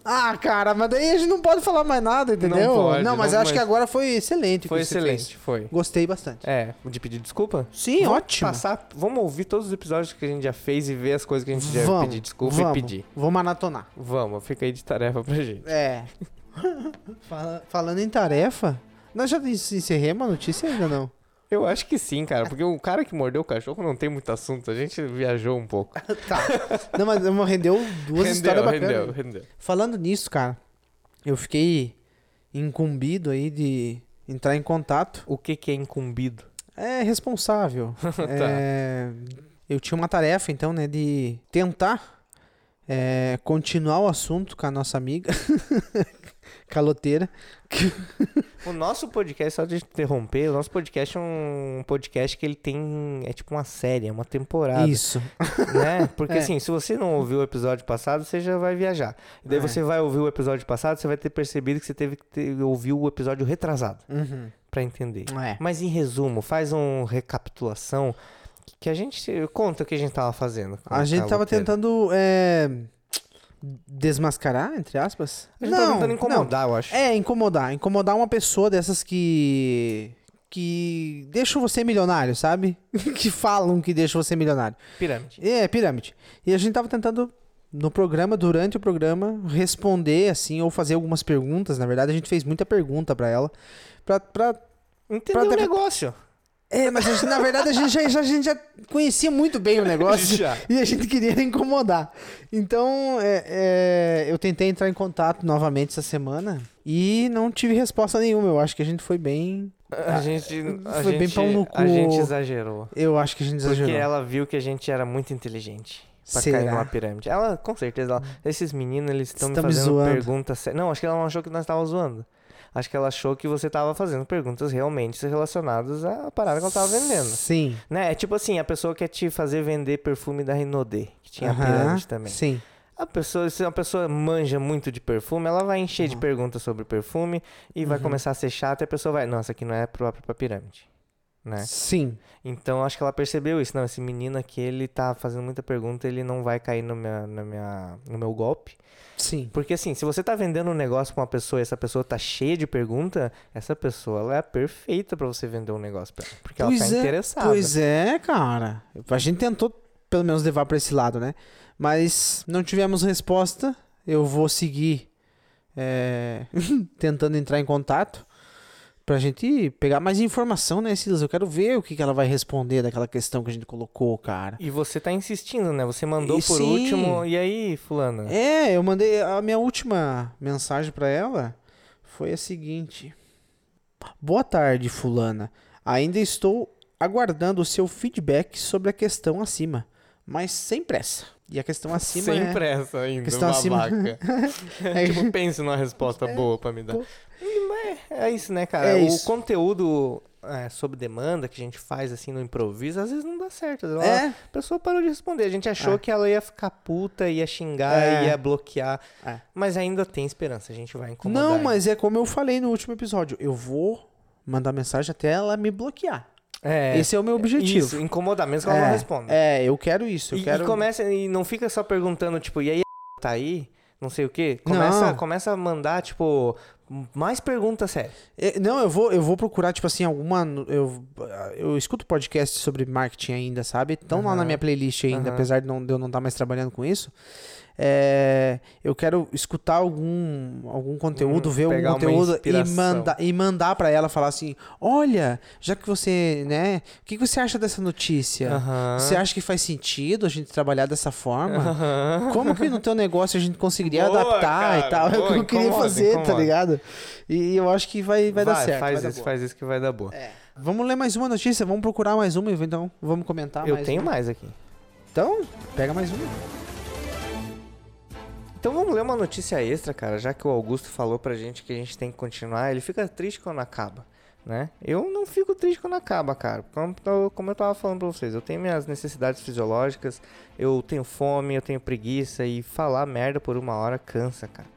S2: Ah, cara, mas daí a gente não pode falar mais nada, entendeu?
S1: pode,
S2: mas
S1: não,
S2: acho que
S1: mas-
S2: agora foi excelente. o que é
S1: Foi
S2: você
S1: excelente, foi.
S2: fez. Gostei bastante.
S1: É, de pedir desculpa?
S2: Sim,
S1: Vamos
S2: ótimo.
S1: Passar, vamos ouvir todos os episódios que a gente já fez e ver as coisas que a gente já
S2: Vamos,
S1: pedir desculpa
S2: vamos,
S1: e pedir.
S2: Vou maratonar.
S1: Vamos, fica aí de tarefa pra gente.
S2: É. Fala- falando em tarefa, nós já encerramos a notícia ainda não?
S1: Eu acho que sim, cara, porque o cara que mordeu o cachorro não tem muito assunto, a gente viajou um pouco.
S2: Tá. Não, mas mas rendeu duas histórias bacanas.
S1: rendeu, rendeu.
S2: Falando nisso, cara, eu fiquei incumbido aí de entrar em contato.
S1: O que que é incumbido?
S2: É responsável.
S1: Tá.
S2: É, eu tinha uma tarefa, então, né, de tentar é, continuar o assunto com a nossa amiga caloteira.
S1: O nosso podcast, só de interromper, o nosso podcast é um podcast que ele tem. É tipo uma série, é uma temporada.
S2: Isso.
S1: Né? Porque
S2: É.
S1: assim, se você não ouviu o episódio passado, você já vai viajar. E
S2: É.
S1: daí você vai ouvir o episódio passado, você vai ter percebido que você teve que ter, ouvir o episódio retrasado.
S2: Uhum.
S1: Pra entender.
S2: É.
S1: Mas em resumo, faz uma recapitulação que a gente. Conta o que a gente tava fazendo. com
S2: A
S1: o
S2: gente tava
S1: Caloteiro.
S2: tentando é, desmascarar, entre aspas.
S1: A gente tava tentando incomodar, eu acho.
S2: É, incomodar. Incomodar uma pessoa dessas que. que deixam você milionário, sabe? que falam que deixam você milionário.
S1: Pirâmide.
S2: É, pirâmide. E a gente tava tentando, no programa, durante o programa, responder, assim, ou fazer algumas perguntas. Na verdade, a gente fez muita pergunta pra ela. Pra, pra...
S1: Entendeu
S2: Pra
S1: o
S2: ter-
S1: negócio.
S2: É, mas a gente, na verdade, a gente, já, já- a gente já conhecia muito bem o negócio.
S1: Já.
S2: E a gente queria incomodar. Então, é, é, eu tentei entrar em contato novamente essa semana. E não tive resposta nenhuma. Eu acho que a gente foi bem...
S1: A gente. A
S2: Ah, foi
S1: gente,
S2: bem pau no
S1: A
S2: cu.
S1: gente exagerou.
S2: Eu acho que a gente exagerou.
S1: Porque ela viu que a gente era muito inteligente. Pra
S2: Será?
S1: cair numa pirâmide. Ela, com certeza, ela- esses meninos, eles estão me
S2: Estão me
S1: fazendo
S2: zoando.
S1: perguntas. sé- Não, acho que ela não achou que nós estávamos zoando. Acho que ela achou que você estava fazendo perguntas realmente relacionadas à parada que ela estava vendendo.
S2: Sim.
S1: Né? É tipo assim, a pessoa quer te fazer vender perfume da Renaudet, que tinha
S2: Aham,
S1: pirâmide também.
S2: Sim.
S1: A pessoa, se uma pessoa manja muito de perfume, ela vai encher
S2: Uhum.
S1: de perguntas sobre perfume e vai começar a ser chata e a pessoa vai, nossa, aqui não é próprio pra pirâmide. Né?
S2: Sim.
S1: Então acho que ela percebeu isso. Não, esse menino aqui, ele tá fazendo muita pergunta, ele não vai cair no, minha, na minha, no meu golpe.
S2: Sim.
S1: Porque assim, se você tá vendendo um negócio pra uma pessoa e essa pessoa tá cheia de pergunta, essa pessoa ela é a perfeita pra você vender um negócio pra ela. Porque ela tá
S2: é,
S1: interessada.
S2: Pois é, cara. A gente tentou pelo menos levar pra esse lado, né? Mas não tivemos resposta. Eu vou seguir é, tentando entrar em contato pra gente pegar mais informação, né, Silas? Eu quero ver o que, que ela vai responder daquela questão que a gente colocou, cara.
S1: E você tá insistindo, né? Você mandou
S2: E
S1: por
S2: sim.
S1: último. E aí, fulana?
S2: É, eu mandei a minha última mensagem pra ela foi a seguinte: Boa tarde, fulana. Ainda estou aguardando o seu feedback sobre a questão acima, mas sem pressa. E a questão acima
S1: Sem
S2: é...
S1: pressa ainda,
S2: questão acima.
S1: babaca.
S2: É-
S1: tipo, pense numa resposta boa pra me dar. Hum, mas É, é isso, né, cara?
S2: É
S1: o
S2: isso.
S1: conteúdo é, sob demanda que a gente faz assim no improviso, às vezes não dá certo. Ela-
S2: É.
S1: A pessoa parou de responder. A gente achou que ela ia ficar puta, ia xingar,
S2: É.
S1: ia bloquear.
S2: É.
S1: Mas ainda tem esperança, a gente vai incomodar.
S2: Não,
S1: ainda.
S2: mas é como eu falei no último episódio. Eu vou mandar mensagem até ela me bloquear.
S1: É,
S2: Esse é o meu objetivo.
S1: Isso, incomodar, mesmo que ela não responda.
S2: É, eu quero isso. Eu
S1: E, é
S2: quero...
S1: e começa, e não fica só perguntando, tipo, e aí a tá aí? Não sei o quê. Começa,
S2: Não.
S1: começa a mandar, tipo, mais perguntas sérias.
S2: É, Não, eu vou, eu vou procurar, tipo assim, alguma. no- Eu, eu escuto podcast sobre marketing ainda, sabe? Estão lá na minha playlist ainda, apesar de, não- de eu não estar mais trabalhando com isso. É, eu quero escutar algum, algum conteúdo, ver algum
S1: Hum, pegar uma
S2: conteúdo e,
S1: inspiração.
S2: manda, e mandar pra ela falar assim: olha, já que você, né? O que, que você acha dessa notícia?
S1: Aham.
S2: Você acha que faz sentido a gente trabalhar dessa forma?
S1: Aham.
S2: Como que no teu negócio a gente conseguiria
S1: Boa,
S2: adaptar
S1: cara,
S2: e tal? É o
S1: boa,
S2: que eu queria
S1: incomoda,
S2: fazer, tá
S1: incomoda.
S2: ligado? E eu acho que vai, vai, dar certo.
S1: Faz
S2: vai dar
S1: isso,
S2: boa. É,
S1: faz isso que vai dar boa.
S2: Vamos ler mais uma notícia, vamos procurar mais uma, então vamos comentar
S1: Eu
S2: mais
S1: tenho
S2: uma.
S1: mais aqui.
S2: Então, pega mais uma.
S1: Então vamos ler uma notícia extra, cara, já que o Augusto falou pra gente que a gente tem que continuar. Ele fica triste quando acaba, né? Eu não fico triste quando acaba, cara. Como, eu- como eu tava falando pra vocês, eu tenho minhas necessidades fisiológicas, eu tenho fome, eu tenho preguiça e falar merda por uma hora cansa, cara.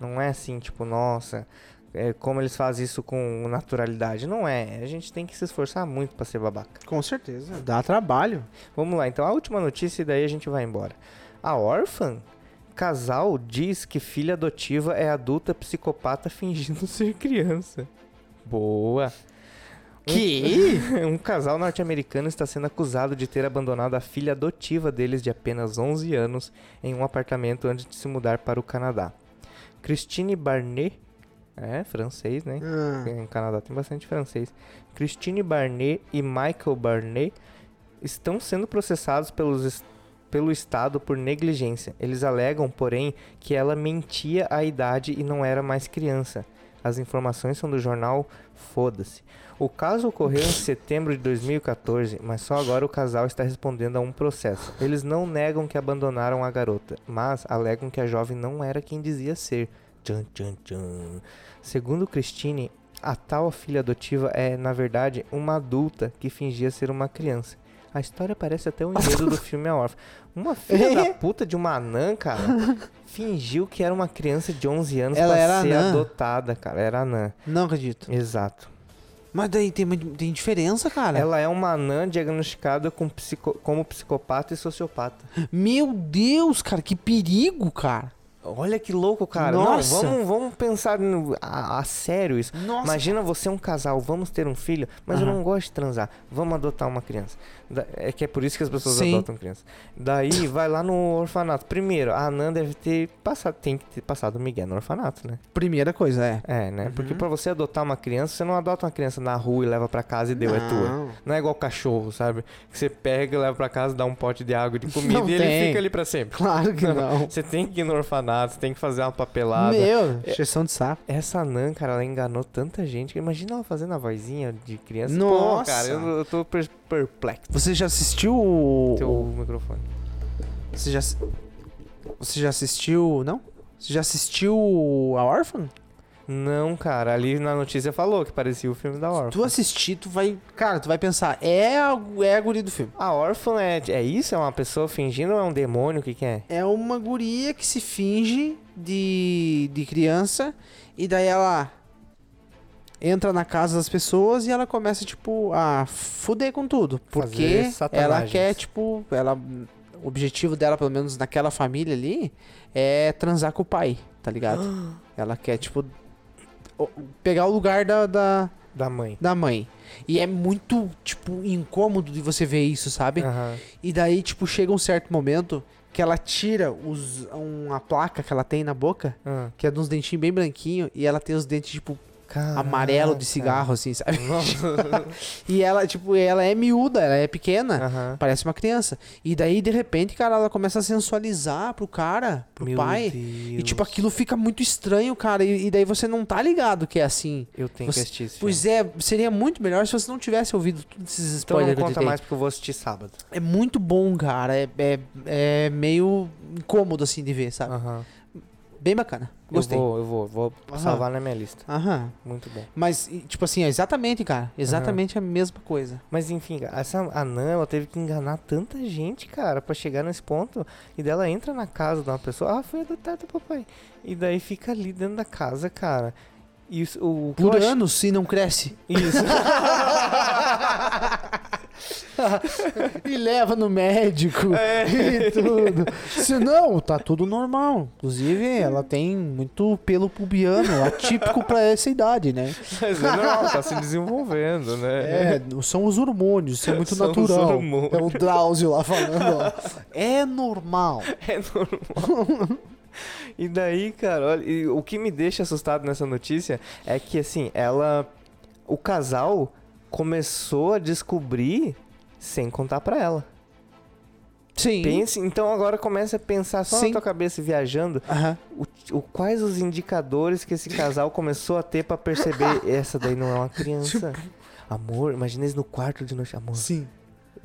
S1: Não é assim, tipo, nossa, é, como eles fazem isso com naturalidade. Não é. A gente tem que se esforçar muito pra ser babaca.
S2: Com certeza, dá trabalho.
S1: Vamos lá, então a última notícia e daí a gente vai embora. A órfã? Casal diz que filha adotiva é adulta psicopata fingindo ser criança. Boa. Que? Um casal norte-americano está sendo acusado de ter abandonado a filha adotiva deles de apenas 11 anos em um apartamento antes de se mudar para o Canadá. Christine Barnet, é francês, né?
S2: Ah,
S1: No Canadá tem bastante francês. Christine Barnet e Michael Barnet estão sendo processados pelos es- pelo Estado por negligência. Eles alegam, porém, que ela mentia a idade e não era mais criança. As informações são do jornal Foda-se. O caso ocorreu em setembro de 2014, mas só agora o casal está respondendo a um processo. Eles não negam que abandonaram a garota, mas alegam que a jovem não era quem dizia ser. Tchan, tchan, tchan. Segundo Christine, a tal filha adotiva é, na verdade, uma adulta que fingia ser uma criança. A história parece até o enredo do filme A Órfã. Uma filha
S2: É.
S1: da puta de uma anã, cara, fingiu que era uma criança de 11 anos
S2: Ela
S1: pra
S2: era
S1: ser
S2: anã.
S1: adotada, cara. Era anã.
S2: Não acredito.
S1: Exato.
S2: Mas daí tem, uma- tem diferença, cara.
S1: Ela é uma anã diagnosticada com psico- como psicopata e sociopata.
S2: Meu Deus, cara, que perigo, cara.
S1: Olha que louco, cara.
S2: Nossa.
S1: Não, vamos, vamos pensar no- a, a sério isso.
S2: Nossa.
S1: Imagina você é um casal, vamos ter um filho, mas eu não gosto de transar. Vamos adotar uma criança. Da- É que é por isso que as pessoas
S2: Sim.
S1: adotam criança. Daí vai lá no orfanato. Primeiro, a Anã deve ter passado, tem que ter passado o Miguel no orfanato, né?
S2: Primeira coisa é.
S1: É, né? Porque pra você adotar uma criança, você não adota uma criança na rua e leva pra casa e deu, é
S2: Não.
S1: tua. Não é igual cachorro, sabe? Que você pega, leva pra casa, dá um pote de água e de comida
S2: Não
S1: e
S2: tem.
S1: ele fica ali pra sempre.
S2: Claro que não.
S1: Você tem que ir no orfanato, você tem que fazer uma papelada.
S2: Meu,
S1: É.
S2: exceção de sapo.
S1: Essa Nan, cara, ela enganou tanta gente. que Imagina ela fazendo a vozinha de criança.
S2: Nossa.
S1: Pô, cara, eu, eu tô per- perplexo.
S2: Você já assistiu o...
S1: Teu
S2: o-
S1: microfone.
S2: Você já... assi- Você já assistiu... Não? Você já assistiu A Orphan?
S1: Não, cara, ali na notícia falou que parecia o filme da Orphan.
S2: Tu assistir, tu vai... Cara, tu vai pensar, é a, é a guria do filme.
S1: A Orphan é, é isso? É uma pessoa fingindo ou é um demônio? O que que é?
S2: É uma guria que se finge de, de criança e daí ela entra na casa das pessoas e ela começa, tipo, a fuder com tudo. Porque
S1: Fazer satanagens.
S2: ela quer, tipo, ela. O objetivo dela, pelo menos naquela família ali, é transar com o pai, tá ligado? ela quer, tipo, o- pegar o lugar da- da,
S1: Da mãe.
S2: da mãe. E é muito, tipo, incômodo de você ver isso, sabe?
S1: Aham.
S2: E daí, tipo, chega um certo momento que ela tira os, uma placa que ela tem na boca,
S1: Ah.
S2: que é de uns dentinhos bem branquinhos, e ela tem os dentes, tipo, amarelo de cigarro, assim, sabe? e ela, tipo, ela é miúda, ela é pequena,
S1: Aham.
S2: parece uma criança. E daí, de repente, cara, ela começa a sensualizar pro cara, pro
S1: Meu
S2: pai. E, tipo, aquilo fica muito estranho, cara. E, e daí você não tá ligado que é assim.
S1: Eu tenho que
S2: Você-
S1: assistir esse
S2: Pois é, seria muito melhor se você não tivesse ouvido todos esses
S1: Então
S2: spoilers
S1: não
S2: que eu te
S1: conta
S2: dei.
S1: mais porque eu vou assistir sábado.
S2: É muito bom, cara. É, é, é meio incômodo, assim, de ver, sabe?
S1: Aham.
S2: Bem bacana. Gostei.
S1: Ah. Eu vou, eu vou, vou
S2: Aham.
S1: salvar na minha lista.
S2: Aham.
S1: Muito bom.
S2: Mas, e, tipo assim, é exatamente, cara. Exatamente a mesma coisa.
S1: Mas enfim, essa anã, ela teve que enganar tanta gente, cara, pra chegar nesse ponto. E daí ela entra na casa de uma pessoa, ah, foi adotada, papai. E daí fica ali dentro da casa, cara. E os- o, o que eu
S2: Por
S1: achei-
S2: anos, se não cresce.
S1: Isso.
S2: E leva no médico.
S1: É.
S2: E tudo. Se não, tá tudo normal. Inclusive,
S1: Hum.
S2: ela tem muito pelo pubiano, atípico pra essa idade, né?
S1: Mas é normal, tá se desenvolvendo, né?
S2: É, são os hormônios, isso é muito
S1: São os
S2: natural.
S1: hormônios.
S2: É o Drauzio lá falando, ó. É normal.
S1: É normal. e daí, cara, olha, e o que me deixa assustado nessa notícia é que, assim, ela. O casal começou a descobrir sem contar pra ela.
S2: Sim.
S1: Pense, então agora começa a pensar só
S2: Sim.
S1: na tua cabeça viajando
S2: Aham.
S1: o, o- quais os indicadores que esse casal começou a ter pra perceber essa daí não é uma criança. Amor, imagina eles no quarto de noite. Amor,
S2: Tipo, Sim.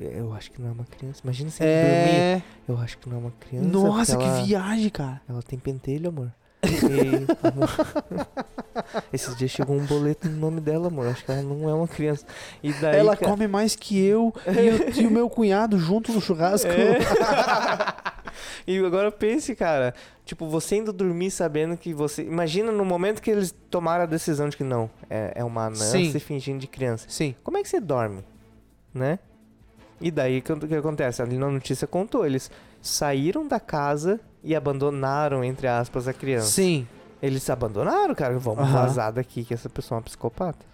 S1: eu acho que não é uma criança. Imagina se ele dormir.
S2: É.
S1: Eu acho que não é uma criança.
S2: Nossa,
S1: porque ela-
S2: que viagem, cara.
S1: Ela tem pentelho, amor. E, amor. Esses dias chegou um boleto no nome dela, amor. Acho que ela não é uma criança. E daí.
S2: ela
S1: cara,
S2: come mais que eu e o, e o meu cunhado junto no churrasco.
S1: E agora pense, cara. Tipo, você indo dormir sabendo que você. Imagina no momento que eles tomaram a decisão de que não, é, é uma anã
S2: Sim.
S1: se fingindo de criança.
S2: Sim.
S1: Como é que você dorme? Né? E daí o que acontece? Ali na notícia contou, eles saíram da casa e abandonaram, entre aspas, a criança.
S2: Sim.
S1: Eles se abandonaram, cara. Vamos
S2: Aham.
S1: vazar daqui que essa pessoa é uma psicopata.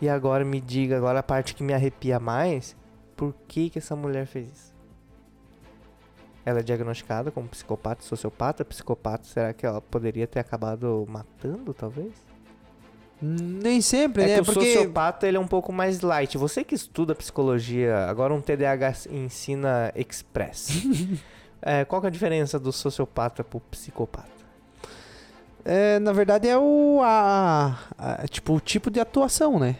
S1: E agora me diga, agora a parte que me arrepia mais, por que que essa mulher fez isso? Ela é diagnosticada como psicopata, e sociopata, psicopata. Será que ela poderia ter acabado matando, talvez?
S2: Nem sempre,
S1: É,
S2: né?
S1: que o
S2: Porque
S1: sociopata ele é um pouco mais light. Você que estuda psicologia, agora um TDAH ensina express. É, qual que é a diferença do sociopata pro psicopata?
S2: é, na verdade é o a, a- tipo o tipo de atuação, né?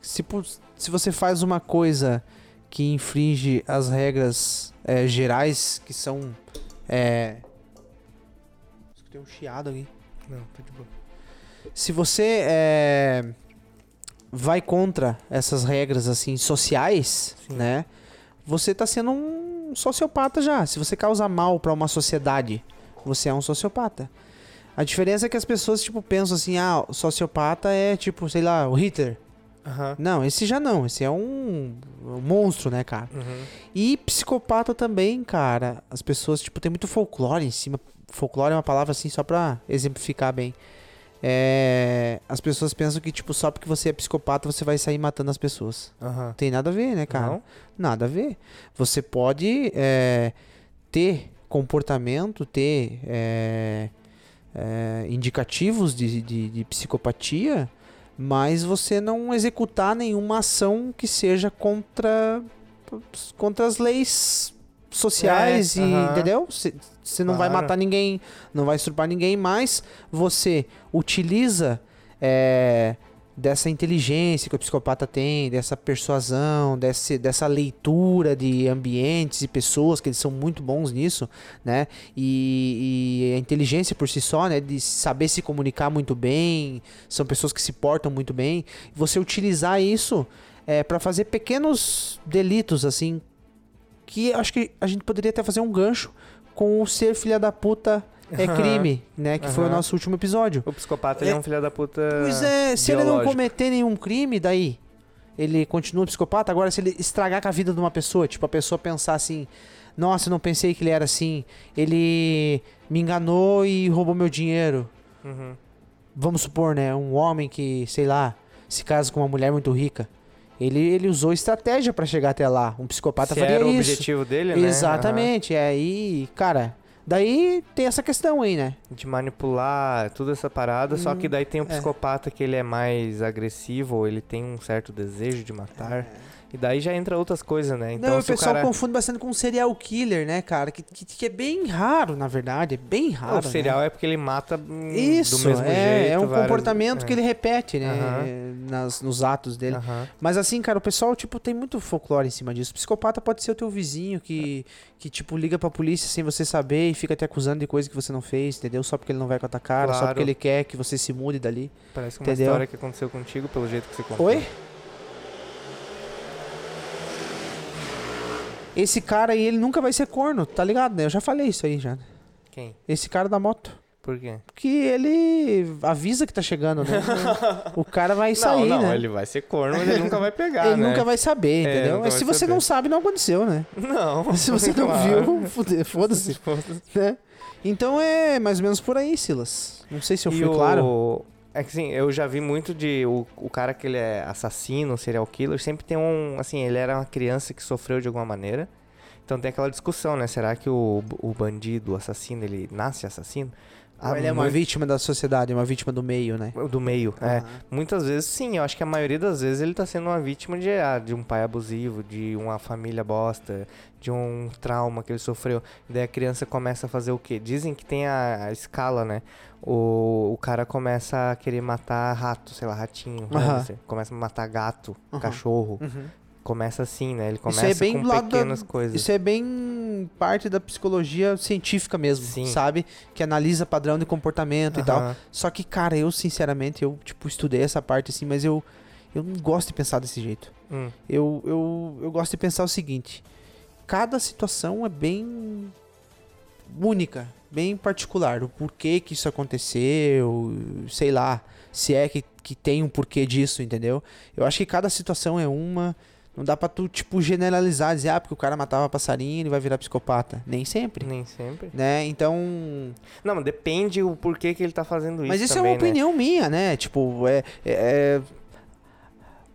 S2: Se pu- se você faz uma coisa que infringe as regras é, gerais que são é... Escutei um chiado aqui.
S1: Não, tá de boa.
S2: se você é, vai contra essas regras assim sociais, né? Você tá sendo um sociopata já. Se você causa mal pra uma sociedade, você é um sociopata. A diferença é que as pessoas tipo pensam assim, ah, o sociopata é tipo, sei lá, o Hitler.
S1: Aham.
S2: Não, esse já não. Esse é um, um monstro, né, cara? E psicopata também, cara. As pessoas, tipo, tem muito folclore em cima. Folclore é uma palavra assim só pra exemplificar bem. É, as pessoas pensam que, tipo, só porque você é psicopata você vai sair matando as pessoas.
S1: Aham.
S2: Não tem nada a ver, né, cara?
S1: Não.
S2: Nada a ver. Você pode é, ter comportamento, ter é, é, indicativos de, de- de psicopatia, mas você não executar nenhuma ação que seja contra, contra as leis sociais
S1: É,
S2: e
S1: aham.
S2: entendeu? Você você não vai
S1: Claro.
S2: matar ninguém, não vai estrupar ninguém, mas você utiliza é, dessa inteligência que o psicopata tem, dessa persuasão, desse, dessa leitura de ambientes e pessoas, que eles são muito bons nisso, né? E, e a inteligência por si só, né? De saber se comunicar muito bem, são pessoas que se portam muito bem. Você utilizar isso é, para fazer pequenos delitos, assim, que acho que a gente poderia até fazer um gancho com o ser filha da puta é crime, né? Que foi o
S1: Aham.
S2: nosso último episódio.
S1: O psicopata ele é,
S2: É-
S1: um filho da puta.
S2: Pois é, se ele não
S1: biológico.
S2: cometer nenhum crime, daí ele continua psicopata. Agora, se ele estragar com a vida de uma pessoa, tipo, a pessoa pensar assim: nossa, eu não pensei que ele era assim, ele me enganou e roubou meu dinheiro.
S1: Uhum.
S2: Vamos supor, né? Um homem que, sei lá, se casa com uma mulher muito rica. Ele, ele usou estratégia pra chegar até lá. Um psicopata
S1: Se
S2: faria
S1: era o
S2: isso.
S1: objetivo dele, né?
S2: Exatamente. É, e, cara, Daí tem essa questão aí, né?
S1: De manipular toda essa parada, só
S2: Hum,
S1: que daí tem o psicopata que ele é mais agressivo, ou ele tem um certo desejo de matar. E daí já entra outras coisas, né? Então
S2: É. Não, o
S1: se o
S2: pessoal
S1: cara.
S2: confunde bastante com um serial killer, né, cara? Que, que, que é bem raro, na verdade. É bem raro.
S1: o
S2: né?
S1: serial é porque ele mata hum,
S2: Isso,
S1: do mesmo
S2: é,
S1: jeito.
S2: é um
S1: várias-
S2: comportamento
S1: é.
S2: que ele repete, né?
S1: Aham.
S2: nas- nos atos dele.
S1: Aham.
S2: Mas assim, cara, o pessoal, tipo, tem muito folclore em cima disso. O psicopata pode ser o teu vizinho que,
S1: É.
S2: que tipo, liga pra polícia sem você saber e fica te acusando de coisa que você não fez, entendeu? Só porque ele não vai com a tua cara, só
S1: Claro.
S2: porque ele quer que você se mude dali.
S1: Parece uma
S2: Entendeu?
S1: história que aconteceu contigo, pelo jeito que você contou.
S2: Oi? Esse cara aí, ele nunca vai ser corno, tá ligado, né? Eu já falei isso aí já.
S1: Quem?
S2: Esse cara da moto.
S1: Por quê?
S2: Porque ele avisa que tá chegando, né? o cara vai
S1: não,
S2: sair,
S1: não,
S2: né?
S1: ele vai ser corno, mas ele nunca vai pegar,
S2: Ele
S1: né?
S2: nunca vai saber,
S1: É,
S2: entendeu?
S1: nunca
S2: Mas
S1: vai
S2: se você
S1: saber.
S2: não sabe, não aconteceu, né?
S1: Não.
S2: Se você não
S1: claro.
S2: viu, fude- foda-se, né? Então é mais ou menos por aí, Silas. Não sei se eu
S1: E
S2: fui claro.
S1: o- É que assim, eu já vi muito de o, o cara que ele é assassino, serial killer, sempre tem um. Assim, ele era uma criança que sofreu de alguma maneira. Então tem aquela discussão, né? Será que o, o bandido, o assassino, ele nasce assassino? Há
S2: Ele é uma
S1: muito-
S2: vítima da sociedade, uma vítima do meio, né?
S1: do meio, é. Muitas vezes, sim, eu acho que a maioria das vezes ele tá sendo uma vítima de, ah, de um pai abusivo, de uma família bosta, de um trauma que ele sofreu. Daí a criança começa a fazer o quê? Dizem que tem a, a escala, né? O, o cara começa a querer matar rato, sei lá, ratinho,
S2: Aham. Uhum.
S1: hamster. começa a matar gato, cachorro. Começa assim, né? Ele
S2: Isso
S1: começa
S2: é bem
S1: com
S2: do lado da-
S1: pequenas coisas.
S2: Isso é bem parte da psicologia científica mesmo,
S1: Sim.
S2: sabe? Que analisa padrão de comportamento e tal.
S1: Aham.
S2: Só que, cara, eu sinceramente, eu tipo estudei essa parte assim, mas eu eu não gosto de pensar desse jeito.
S1: Hum.
S2: Eu, eu, eu gosto de pensar o seguinte: cada situação é bem única, bem particular. O porquê que isso aconteceu, sei lá, se é que, que tem um porquê disso, entendeu? Eu acho que cada situação é uma. Não dá pra tu, tipo, generalizar, dizer, ah, porque o cara matava passarinho, ele vai virar psicopata. Nem sempre.
S1: Nem sempre.
S2: Né? Então,
S1: Não, mas depende o porquê que ele tá fazendo isso.
S2: mas isso é
S1: também,
S2: uma
S1: né?
S2: opinião minha, né? Tipo, é, é- é-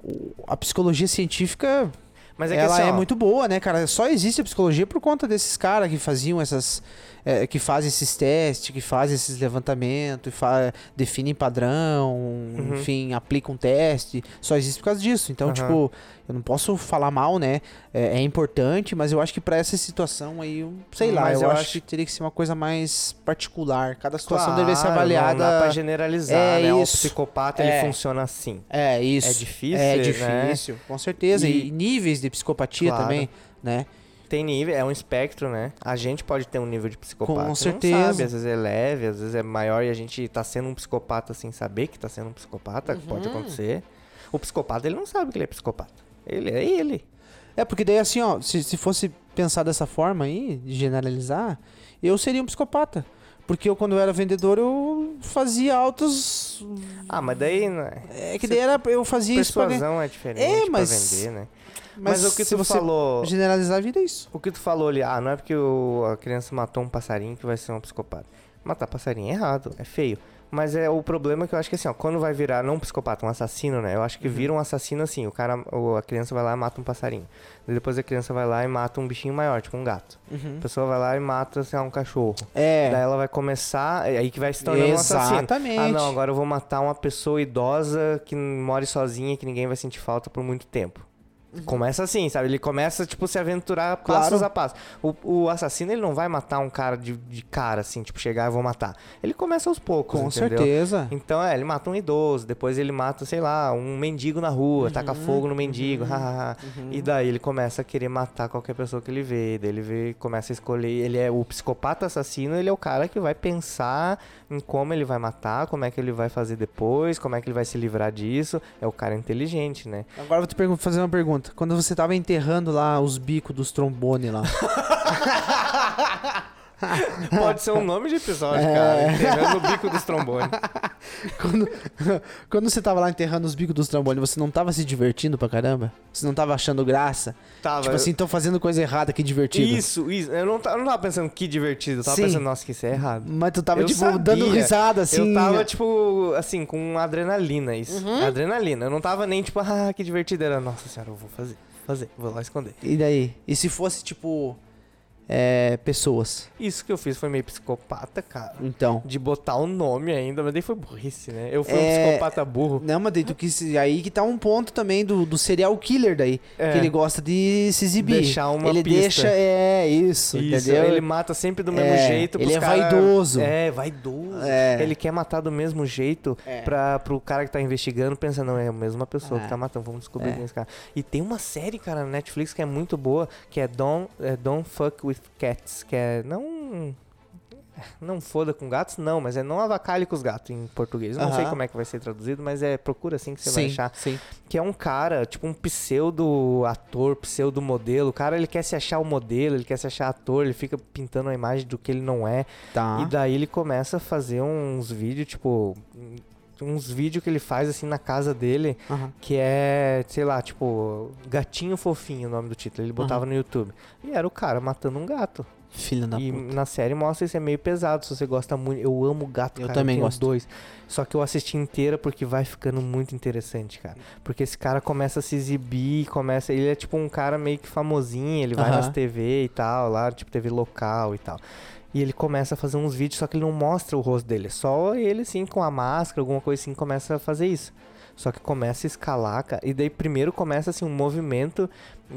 S2: o- a psicologia científica
S1: Mas é que
S2: ela
S1: assim,
S2: é
S1: ó,
S2: muito boa, né, cara? Só existe a psicologia por conta desses caras que faziam essas, é, que fazem esses testes, que fazem esses levantamentos, e fa- definem padrão, enfim, aplicam um teste. Só existe por causa disso. Então,
S1: Uhum. Aham.
S2: tipo, eu não posso falar mal, né? É, é importante, mas eu acho que pra essa situação aí, eu- sei lá,
S1: Hum, Mas
S2: eu,
S1: eu
S2: acho
S1: acho-
S2: que teria que ser uma coisa mais particular. Cada situação
S1: Claro,
S2: deveria ser
S1: Não
S2: avaliada.
S1: dá pra generalizar,
S2: É
S1: né? O
S2: isso.
S1: psicopata,
S2: É.
S1: ele funciona assim.
S2: É isso.
S1: É difícil,
S2: É
S1: né?
S2: difícil, com certeza. E,
S1: E-
S2: níveis de psicopatia
S1: Claro.
S2: também, né?
S1: Tem nível, é um espectro, né? A gente pode ter um nível de psicopata.
S2: Com
S1: não
S2: certeza.
S1: sabe, às vezes é leve, às vezes é maior e a gente tá sendo um psicopata sem saber que tá sendo um psicopata, que
S2: Uhum.
S1: pode acontecer. O psicopata, ele não sabe que ele é psicopata. Ele é ele.
S2: É, porque daí assim, ó, se, se fosse pensar dessa forma aí, de generalizar, eu seria um psicopata. Porque eu, quando eu era vendedor, eu fazia altos.
S1: Ah, mas daí. né?
S2: É que daí era, eu fazia isso pra... gan-
S1: Persuasão é diferente
S2: É,
S1: pra
S2: mas-
S1: vender, né? Mas, o que
S2: se
S1: tu
S2: você
S1: falou.
S2: Generalizar vira isso.
S1: O que tu falou ali, ah, não é porque o- a criança matou um passarinho que vai ser um psicopata. Matar passarinho é errado, é feio. Mas é o problema que eu acho que assim, ó, quando vai virar não um psicopata, um assassino, né? Eu acho
S2: Uhum.
S1: que vira um assassino assim, o cara, ou a criança vai lá e mata um passarinho. Daí Depois a criança vai lá e mata um bichinho maior, tipo um gato. A pessoa vai lá e mata, sei lá, um cachorro.
S2: Uhum. É.
S1: Daí ela vai começar, é aí que vai se tornando um assassino.
S2: Exatamente.
S1: Ah, não, agora eu vou matar uma pessoa idosa que mora sozinha, que ninguém vai sentir falta por muito tempo. Começa assim, sabe? Ele começa, tipo, se aventurar passos
S2: Claro.
S1: a passo. O, o assassino, ele não vai matar um cara de, de cara, assim, tipo, chegar e vou matar. Ele começa aos poucos,
S2: Com
S1: entendeu?
S2: certeza.
S1: Então, é, ele mata um idoso, depois ele mata, sei lá, um mendigo na rua, taca fogo no
S2: Uhum.
S1: mendigo, hahaha. E daí ele começa a querer matar qualquer pessoa que ele vê, daí ele vê, começa a escolher, ele é o psicopata assassino, ele é o cara que vai pensar em como ele vai matar, como é que ele vai fazer depois, como é que ele vai se livrar disso. É o cara inteligente, né?
S2: Agora eu vou te pergun- fazer uma pergunta. Quando você tava enterrando lá os bicos dos trombones lá.
S1: Pode ser um nome de episódio,
S2: É.
S1: cara. Enterrando o bico dos trombones.
S2: Quando, quando você tava lá enterrando os bicos dos trambolhos, você não tava se divertindo pra caramba? Você não tava achando graça?
S1: Tava,
S2: Tipo
S1: eu-
S2: assim, tô fazendo coisa errada, que divertido.
S1: Isso, isso. Eu não, ta- eu não tava pensando que divertido, eu tava
S2: Sim.
S1: pensando, nossa, que isso é errado.
S2: Mas tu tava,
S1: Eu
S2: tipo,
S1: sabia.
S2: dando risada, assim. Uhum.
S1: Eu tava, tipo, assim, com adrenalina, isso. Adrenalina. Eu não tava nem, tipo, ah, que divertido. Era, nossa senhora, eu vou fazer, vou fazer, vou lá esconder.
S2: E daí? E se fosse, tipo, é, pessoas.
S1: Isso que eu fiz foi meio psicopata, cara.
S2: Então.
S1: De botar o nome ainda, mas daí foi burrice, né? Eu fui um
S2: É,
S1: psicopata burro.
S2: Não, mas daí tu quis, aí que tá um ponto também do, do serial killer daí.
S1: É.
S2: Que ele gosta de se exibir.
S1: Deixar uma
S2: ele
S1: pista.
S2: deixa. É, isso,
S1: Isso,
S2: entendeu?
S1: ele mata sempre do mesmo
S2: É,
S1: jeito.
S2: ele
S1: pros
S2: é
S1: cara-
S2: vaidoso.
S1: É, vaidoso.
S2: É.
S1: Ele quer matar do mesmo jeito pra, pro cara que tá investigando, pensa, não, é a mesma pessoa que tá matando, vamos descobrir quem é esse cara. E tem uma série, cara, na Netflix que é muito boa, que é Don't, é Don't Fuck With Cats, que é não... Não foda com gatos, não, mas é não avacalhe com os gatos em português. Eu Não sei
S2: Aham.
S1: como é que vai ser traduzido, mas é procura assim que você vai
S2: sim,
S1: achar
S2: sim.
S1: que é um cara, tipo um pseudo ator, pseudo modelo. O cara ele quer se achar o modelo, ele quer se achar ator, ele fica pintando a imagem do que ele não é.
S2: Tá.
S1: E daí ele começa a fazer uns vídeos, tipo, uns vídeos que ele faz assim na casa dele,
S2: Aham.
S1: que é, sei lá, tipo, Gatinho Fofinho, o nome do título. Ele botava no YouTube. E era o cara matando um gato.
S2: Filho da
S1: e
S2: puta.
S1: na série mostra isso é meio pesado, se você gosta muito. Eu amo gato,
S2: Eu
S1: cara.
S2: também
S1: tenho
S2: gosto.
S1: dois. Só que eu assisti inteira porque vai ficando muito interessante, cara. Porque esse cara começa a se exibir, começa. Ele é tipo um cara meio que famosinho, ele vai
S2: Aham.
S1: nas TV e tal, lá, tipo, TV local e tal. E ele começa a fazer uns vídeos, só que ele não mostra o rosto dele. é Só ele, assim, com a máscara, alguma coisa assim, começa a fazer isso. Só que começa a escalar, cara. E daí primeiro começa, assim, um movimento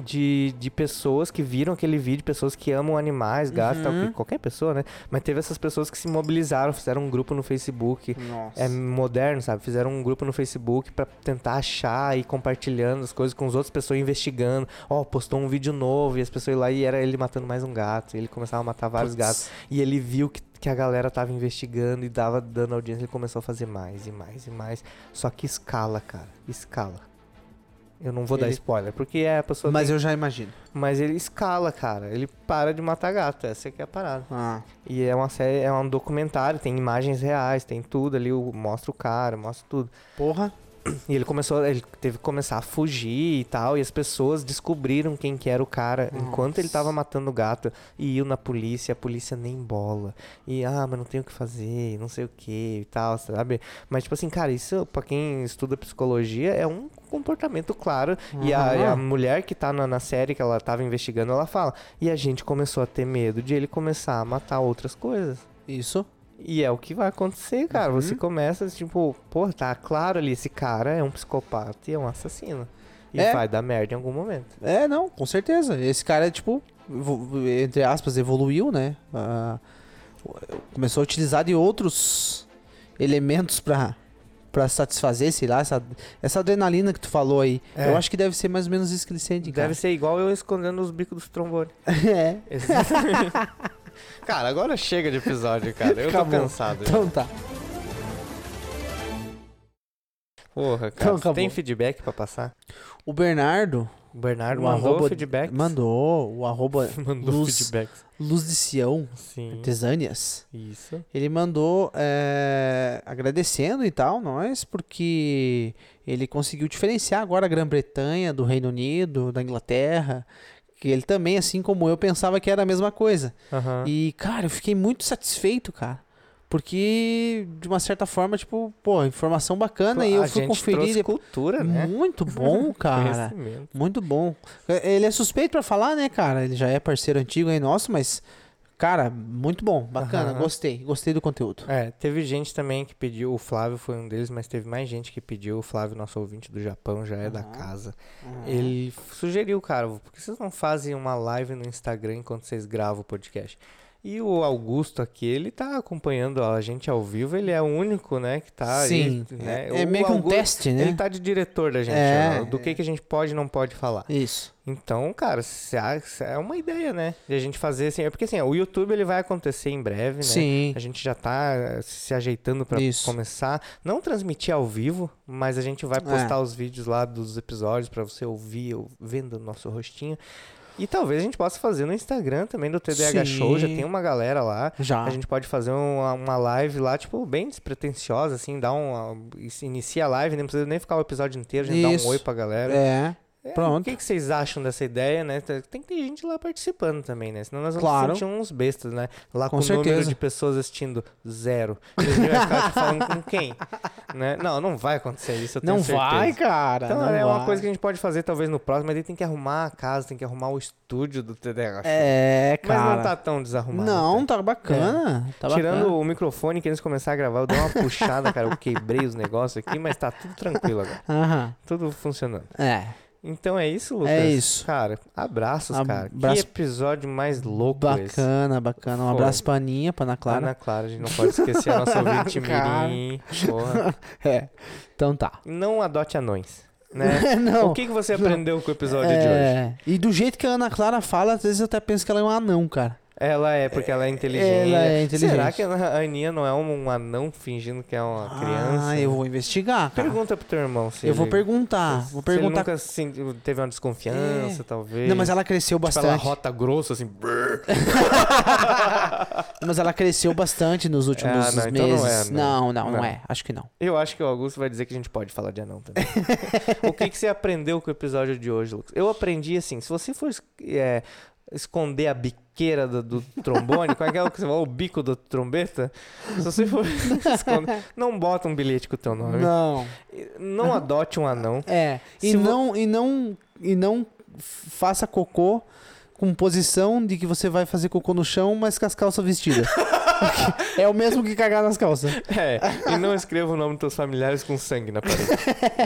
S1: de, de pessoas que viram aquele vídeo, pessoas que amam animais, gatos, e tal,
S2: Uhum.
S1: que qualquer pessoa, né? Mas teve essas pessoas que se mobilizaram, fizeram um grupo no Facebook.
S2: Nossa.
S1: É moderno, sabe? Fizeram um grupo no Facebook pra tentar achar e compartilhando as coisas com as outras pessoas, investigando. Ó, postou um vídeo novo e as pessoas iam lá e era ele matando mais um gato. E ele começava a matar vários
S2: Putz.
S1: gatos. E ele viu que, que a galera tava investigando e dava dando audiência. Ele começou a fazer mais e mais e mais. Só que escala, cara. Escala. Eu não vou dar
S2: Ele-
S1: spoiler, porque é a pessoa.
S2: Mas
S1: tem-
S2: eu já imagino.
S1: Mas ele escala, cara. Ele para de matar gato. Essa que é a parada.
S2: Ah.
S1: E é uma série, é um documentário, tem imagens reais, tem tudo ali, o- mostra o cara, mostra tudo.
S2: Porra.
S1: E ele começou, ele teve que começar a fugir e tal, e as pessoas descobriram quem que era o cara enquanto ele tava matando o gato e iam na polícia, a polícia nem bola. E ah, mas não tem o que fazer, não sei o que e tal, sabe? Mas tipo assim, cara, isso pra quem estuda psicologia é um comportamento claro. E, a, e a mulher que tá na, na série que ela tava investigando, ela fala: "E a gente começou a ter medo de ele começar a matar outras coisas".
S2: Isso.
S1: E é o que vai acontecer, cara.
S2: Uhum.
S1: Você começa, tipo, pô, tá claro ali, esse cara é um psicopata e é um assassino. E
S2: É.
S1: vai dar merda em algum momento.
S2: É, não, com certeza. Esse cara, tipo, evo- entre aspas, evoluiu, né? Ah, começou a utilizar de outros elementos pra, pra satisfazer, sei lá, essa, essa adrenalina que tu falou aí.
S1: É.
S2: Eu acho que deve ser mais ou menos isso que ele sente, cara.
S1: Deve ser igual eu escondendo os bicos dos trombones.
S2: é.
S1: cara, agora chega de episódio, cara. Eu
S2: Acabou.
S1: tô cansado. já.
S2: Então tá.
S1: Porra, cara.
S2: Então
S1: você tem
S2: acabou.
S1: feedback pra passar?
S2: O Bernardo.
S1: O Bernardo
S2: o
S1: mandou
S2: arroba-
S1: feedback.
S2: Mandou. O arroba
S1: Mandou
S2: Luz,
S1: feedback.
S2: Luz de Sião,
S1: Sim.
S2: Tesânias.
S1: Isso.
S2: Ele mandou é, agradecendo e tal, nós, porque ele conseguiu diferenciar agora a Grã-Bretanha do Reino Unido, da Inglaterra, que ele também, assim como eu, pensava que era a mesma coisa.
S1: Aham.
S2: E, cara, eu fiquei muito satisfeito, cara. Porque, de uma certa forma, tipo, pô, informação bacana e eu
S1: A
S2: fui
S1: gente
S2: conferir.
S1: trouxe
S2: depois.
S1: cultura, né?
S2: Muito bom, cara.
S1: Conhecimento.
S2: Muito bom. Ele é suspeito pra falar, né, cara? Ele já é parceiro antigo aí nosso, mas, cara, muito bom, bacana,
S1: Aham.
S2: gostei, gostei do conteúdo.
S1: É, teve gente também que pediu, o Flávio foi um deles, mas teve mais gente que pediu, o Flávio, nosso ouvinte do Japão, já é da casa. Ele f- sugeriu, cara, por que vocês não fazem uma live no Instagram enquanto vocês gravam o podcast? E o Augusto aqui, ele tá acompanhando a gente ao vivo, ele é o único, né, que tá aí,
S2: Sim,
S1: né?
S2: é- é
S1: O
S2: meio que um
S1: Augusto,
S2: teste, né?
S1: Ele tá de diretor da gente,
S2: É.
S1: ó, do que que a gente pode e não pode falar.
S2: Isso.
S1: Então, cara, se há- se é uma ideia, né? De a gente fazer assim. É porque assim, ó, o YouTube ele vai acontecer em breve, né?
S2: Sim.
S1: A gente já tá eh, se ajeitando pra
S2: Isso. É.
S1: começar. Não transmitir ao vivo, mas a gente vai postar os vídeos lá dos episódios pra você ouvir, eu- vendo o nosso rostinho. E talvez a gente possa fazer no Instagram também do TDH Show, já
S2: Sim.
S1: tem uma galera lá.
S2: Já.
S1: A gente pode fazer uma, uma live lá, tipo, bem despretensiosa, assim, dá um. Inicia a live, não precisa nem ficar o episódio inteiro, a gente dá
S2: Isso.
S1: um oi pra galera.
S2: É.
S1: O
S2: Pronto.
S1: que, que vocês acham dessa ideia, né? Tem que ter gente lá participando também, né? Senão nós vamos
S2: Claro.
S1: sentir uns bestas, né? Lá
S2: Com
S1: com, o número
S2: certeza.
S1: de pessoas assistindo zero. A gente vai ficar falando com quem? Né? Não, não vai acontecer isso, eu tenho
S2: Não vai,
S1: certeza.
S2: cara.
S1: Então
S2: não
S1: é uma
S2: vai.
S1: coisa que a gente pode fazer talvez no próximo, mas aí tem que arrumar a casa, tem que arrumar o estúdio do TDH.
S2: É,
S1: mas
S2: cara.
S1: não tá tão desarrumado.
S2: Não,
S1: até. É.
S2: tá bacana. Tá
S1: Tirando
S2: bacana.
S1: o microfone que eles começaram a gravar, eu dei uma puxada, cara. Eu quebrei os negócios aqui, mas tá tudo tranquilo agora.
S2: Aham.
S1: Tudo funcionando.
S2: É.
S1: Então é isso, Lucas.
S2: isso.
S1: Cara, abraços, cara.
S2: Abraço-
S1: Que episódio mais louco esse.
S2: Bacana, bacana. Um
S1: Foi.
S2: abraço pra Aninha, pra Ana Clara.
S1: Ana Clara, a gente não pode esquecer a nossa ouvinte
S2: Cara.
S1: mirim. Porra.
S2: É. Então tá.
S1: Não adote anões, né?
S2: Não.
S1: O que, que você aprendeu com o episódio de hoje?
S2: É, E do jeito que a Ana Clara fala, às vezes eu até penso que ela é um anão, cara.
S1: Ela é, porque ela é inteligente.
S2: Ela é inteligente.
S1: Será que a Aninha não é um anão fingindo que é uma criança?
S2: Ah, eu vou investigar, cara.
S1: Pergunta pro teu irmão se
S2: eu vou
S1: ele-
S2: perguntar. Vou
S1: se ele
S2: perguntar. É.
S1: nunca sentiu- teve uma desconfiança, talvez.
S2: Não, mas ela cresceu
S1: Pela
S2: bastante.
S1: Tipo, rota grossa, assim. brrr.
S2: Mas ela cresceu bastante nos últimos
S1: Ah, não, então não é,
S2: meses.
S1: né?
S2: não, não, não
S1: Não.
S2: é. Acho que não.
S1: Eu acho que o Augusto vai dizer que a gente pode falar de anão também. o que, que você aprendeu com o episódio de hoje, Lucas? Eu aprendi assim, se você for es- é, esconder a biqueira do, do trombone, com aquela que você fala, o bico do trombeta, se você for esconder, não bota um bilhete com o teu nome. Não,
S2: Não.
S1: adote um anão.
S2: É. E
S1: Se vo-
S2: não, e não. E não faça cocô com posição de que você vai fazer cocô no chão, mas com as calças vestidas. é o mesmo que cagar nas calças.
S1: É, e não escreva o nome dos teus familiares com sangue na parede.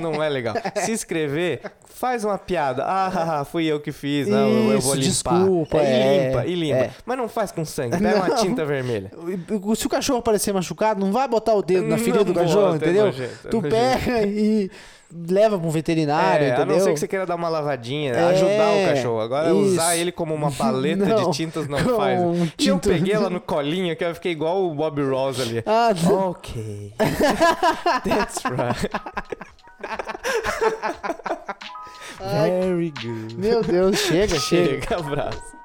S1: Não é legal. Se escrever, faz uma piada. Ah, haha, fui eu que fiz. Não, eu- eu vou
S2: Isso,
S1: limpar.
S2: desculpa, é,
S1: e limpa, e limpa.
S2: é.
S1: Mas não faz com sangue, pega uma
S2: Não.
S1: tinta vermelha.
S2: Se o cachorro aparecer machucado, não vai botar o dedo na
S1: Não
S2: ferida do
S1: bota,
S2: cachorro,
S1: é
S2: entendeu?
S1: nojento, é
S2: tu
S1: nojento.
S2: pega e leva pra um veterinário,
S1: É, a
S2: entendeu?
S1: não ser que você queira dar uma lavadinha,
S2: É,
S1: ajudar o cachorro. Agora, usar
S2: isso.
S1: ele como uma paleta
S2: Não,
S1: de tintas não
S2: como
S1: faz.
S2: um
S1: E eu
S2: tinto.
S1: peguei ela no colinho, que eu fiquei igual o Bob Ross ali.
S2: Ah, não.
S1: Ok. That's right. Very good.
S2: meu Deus, chega, chega.
S1: Chega, abraço.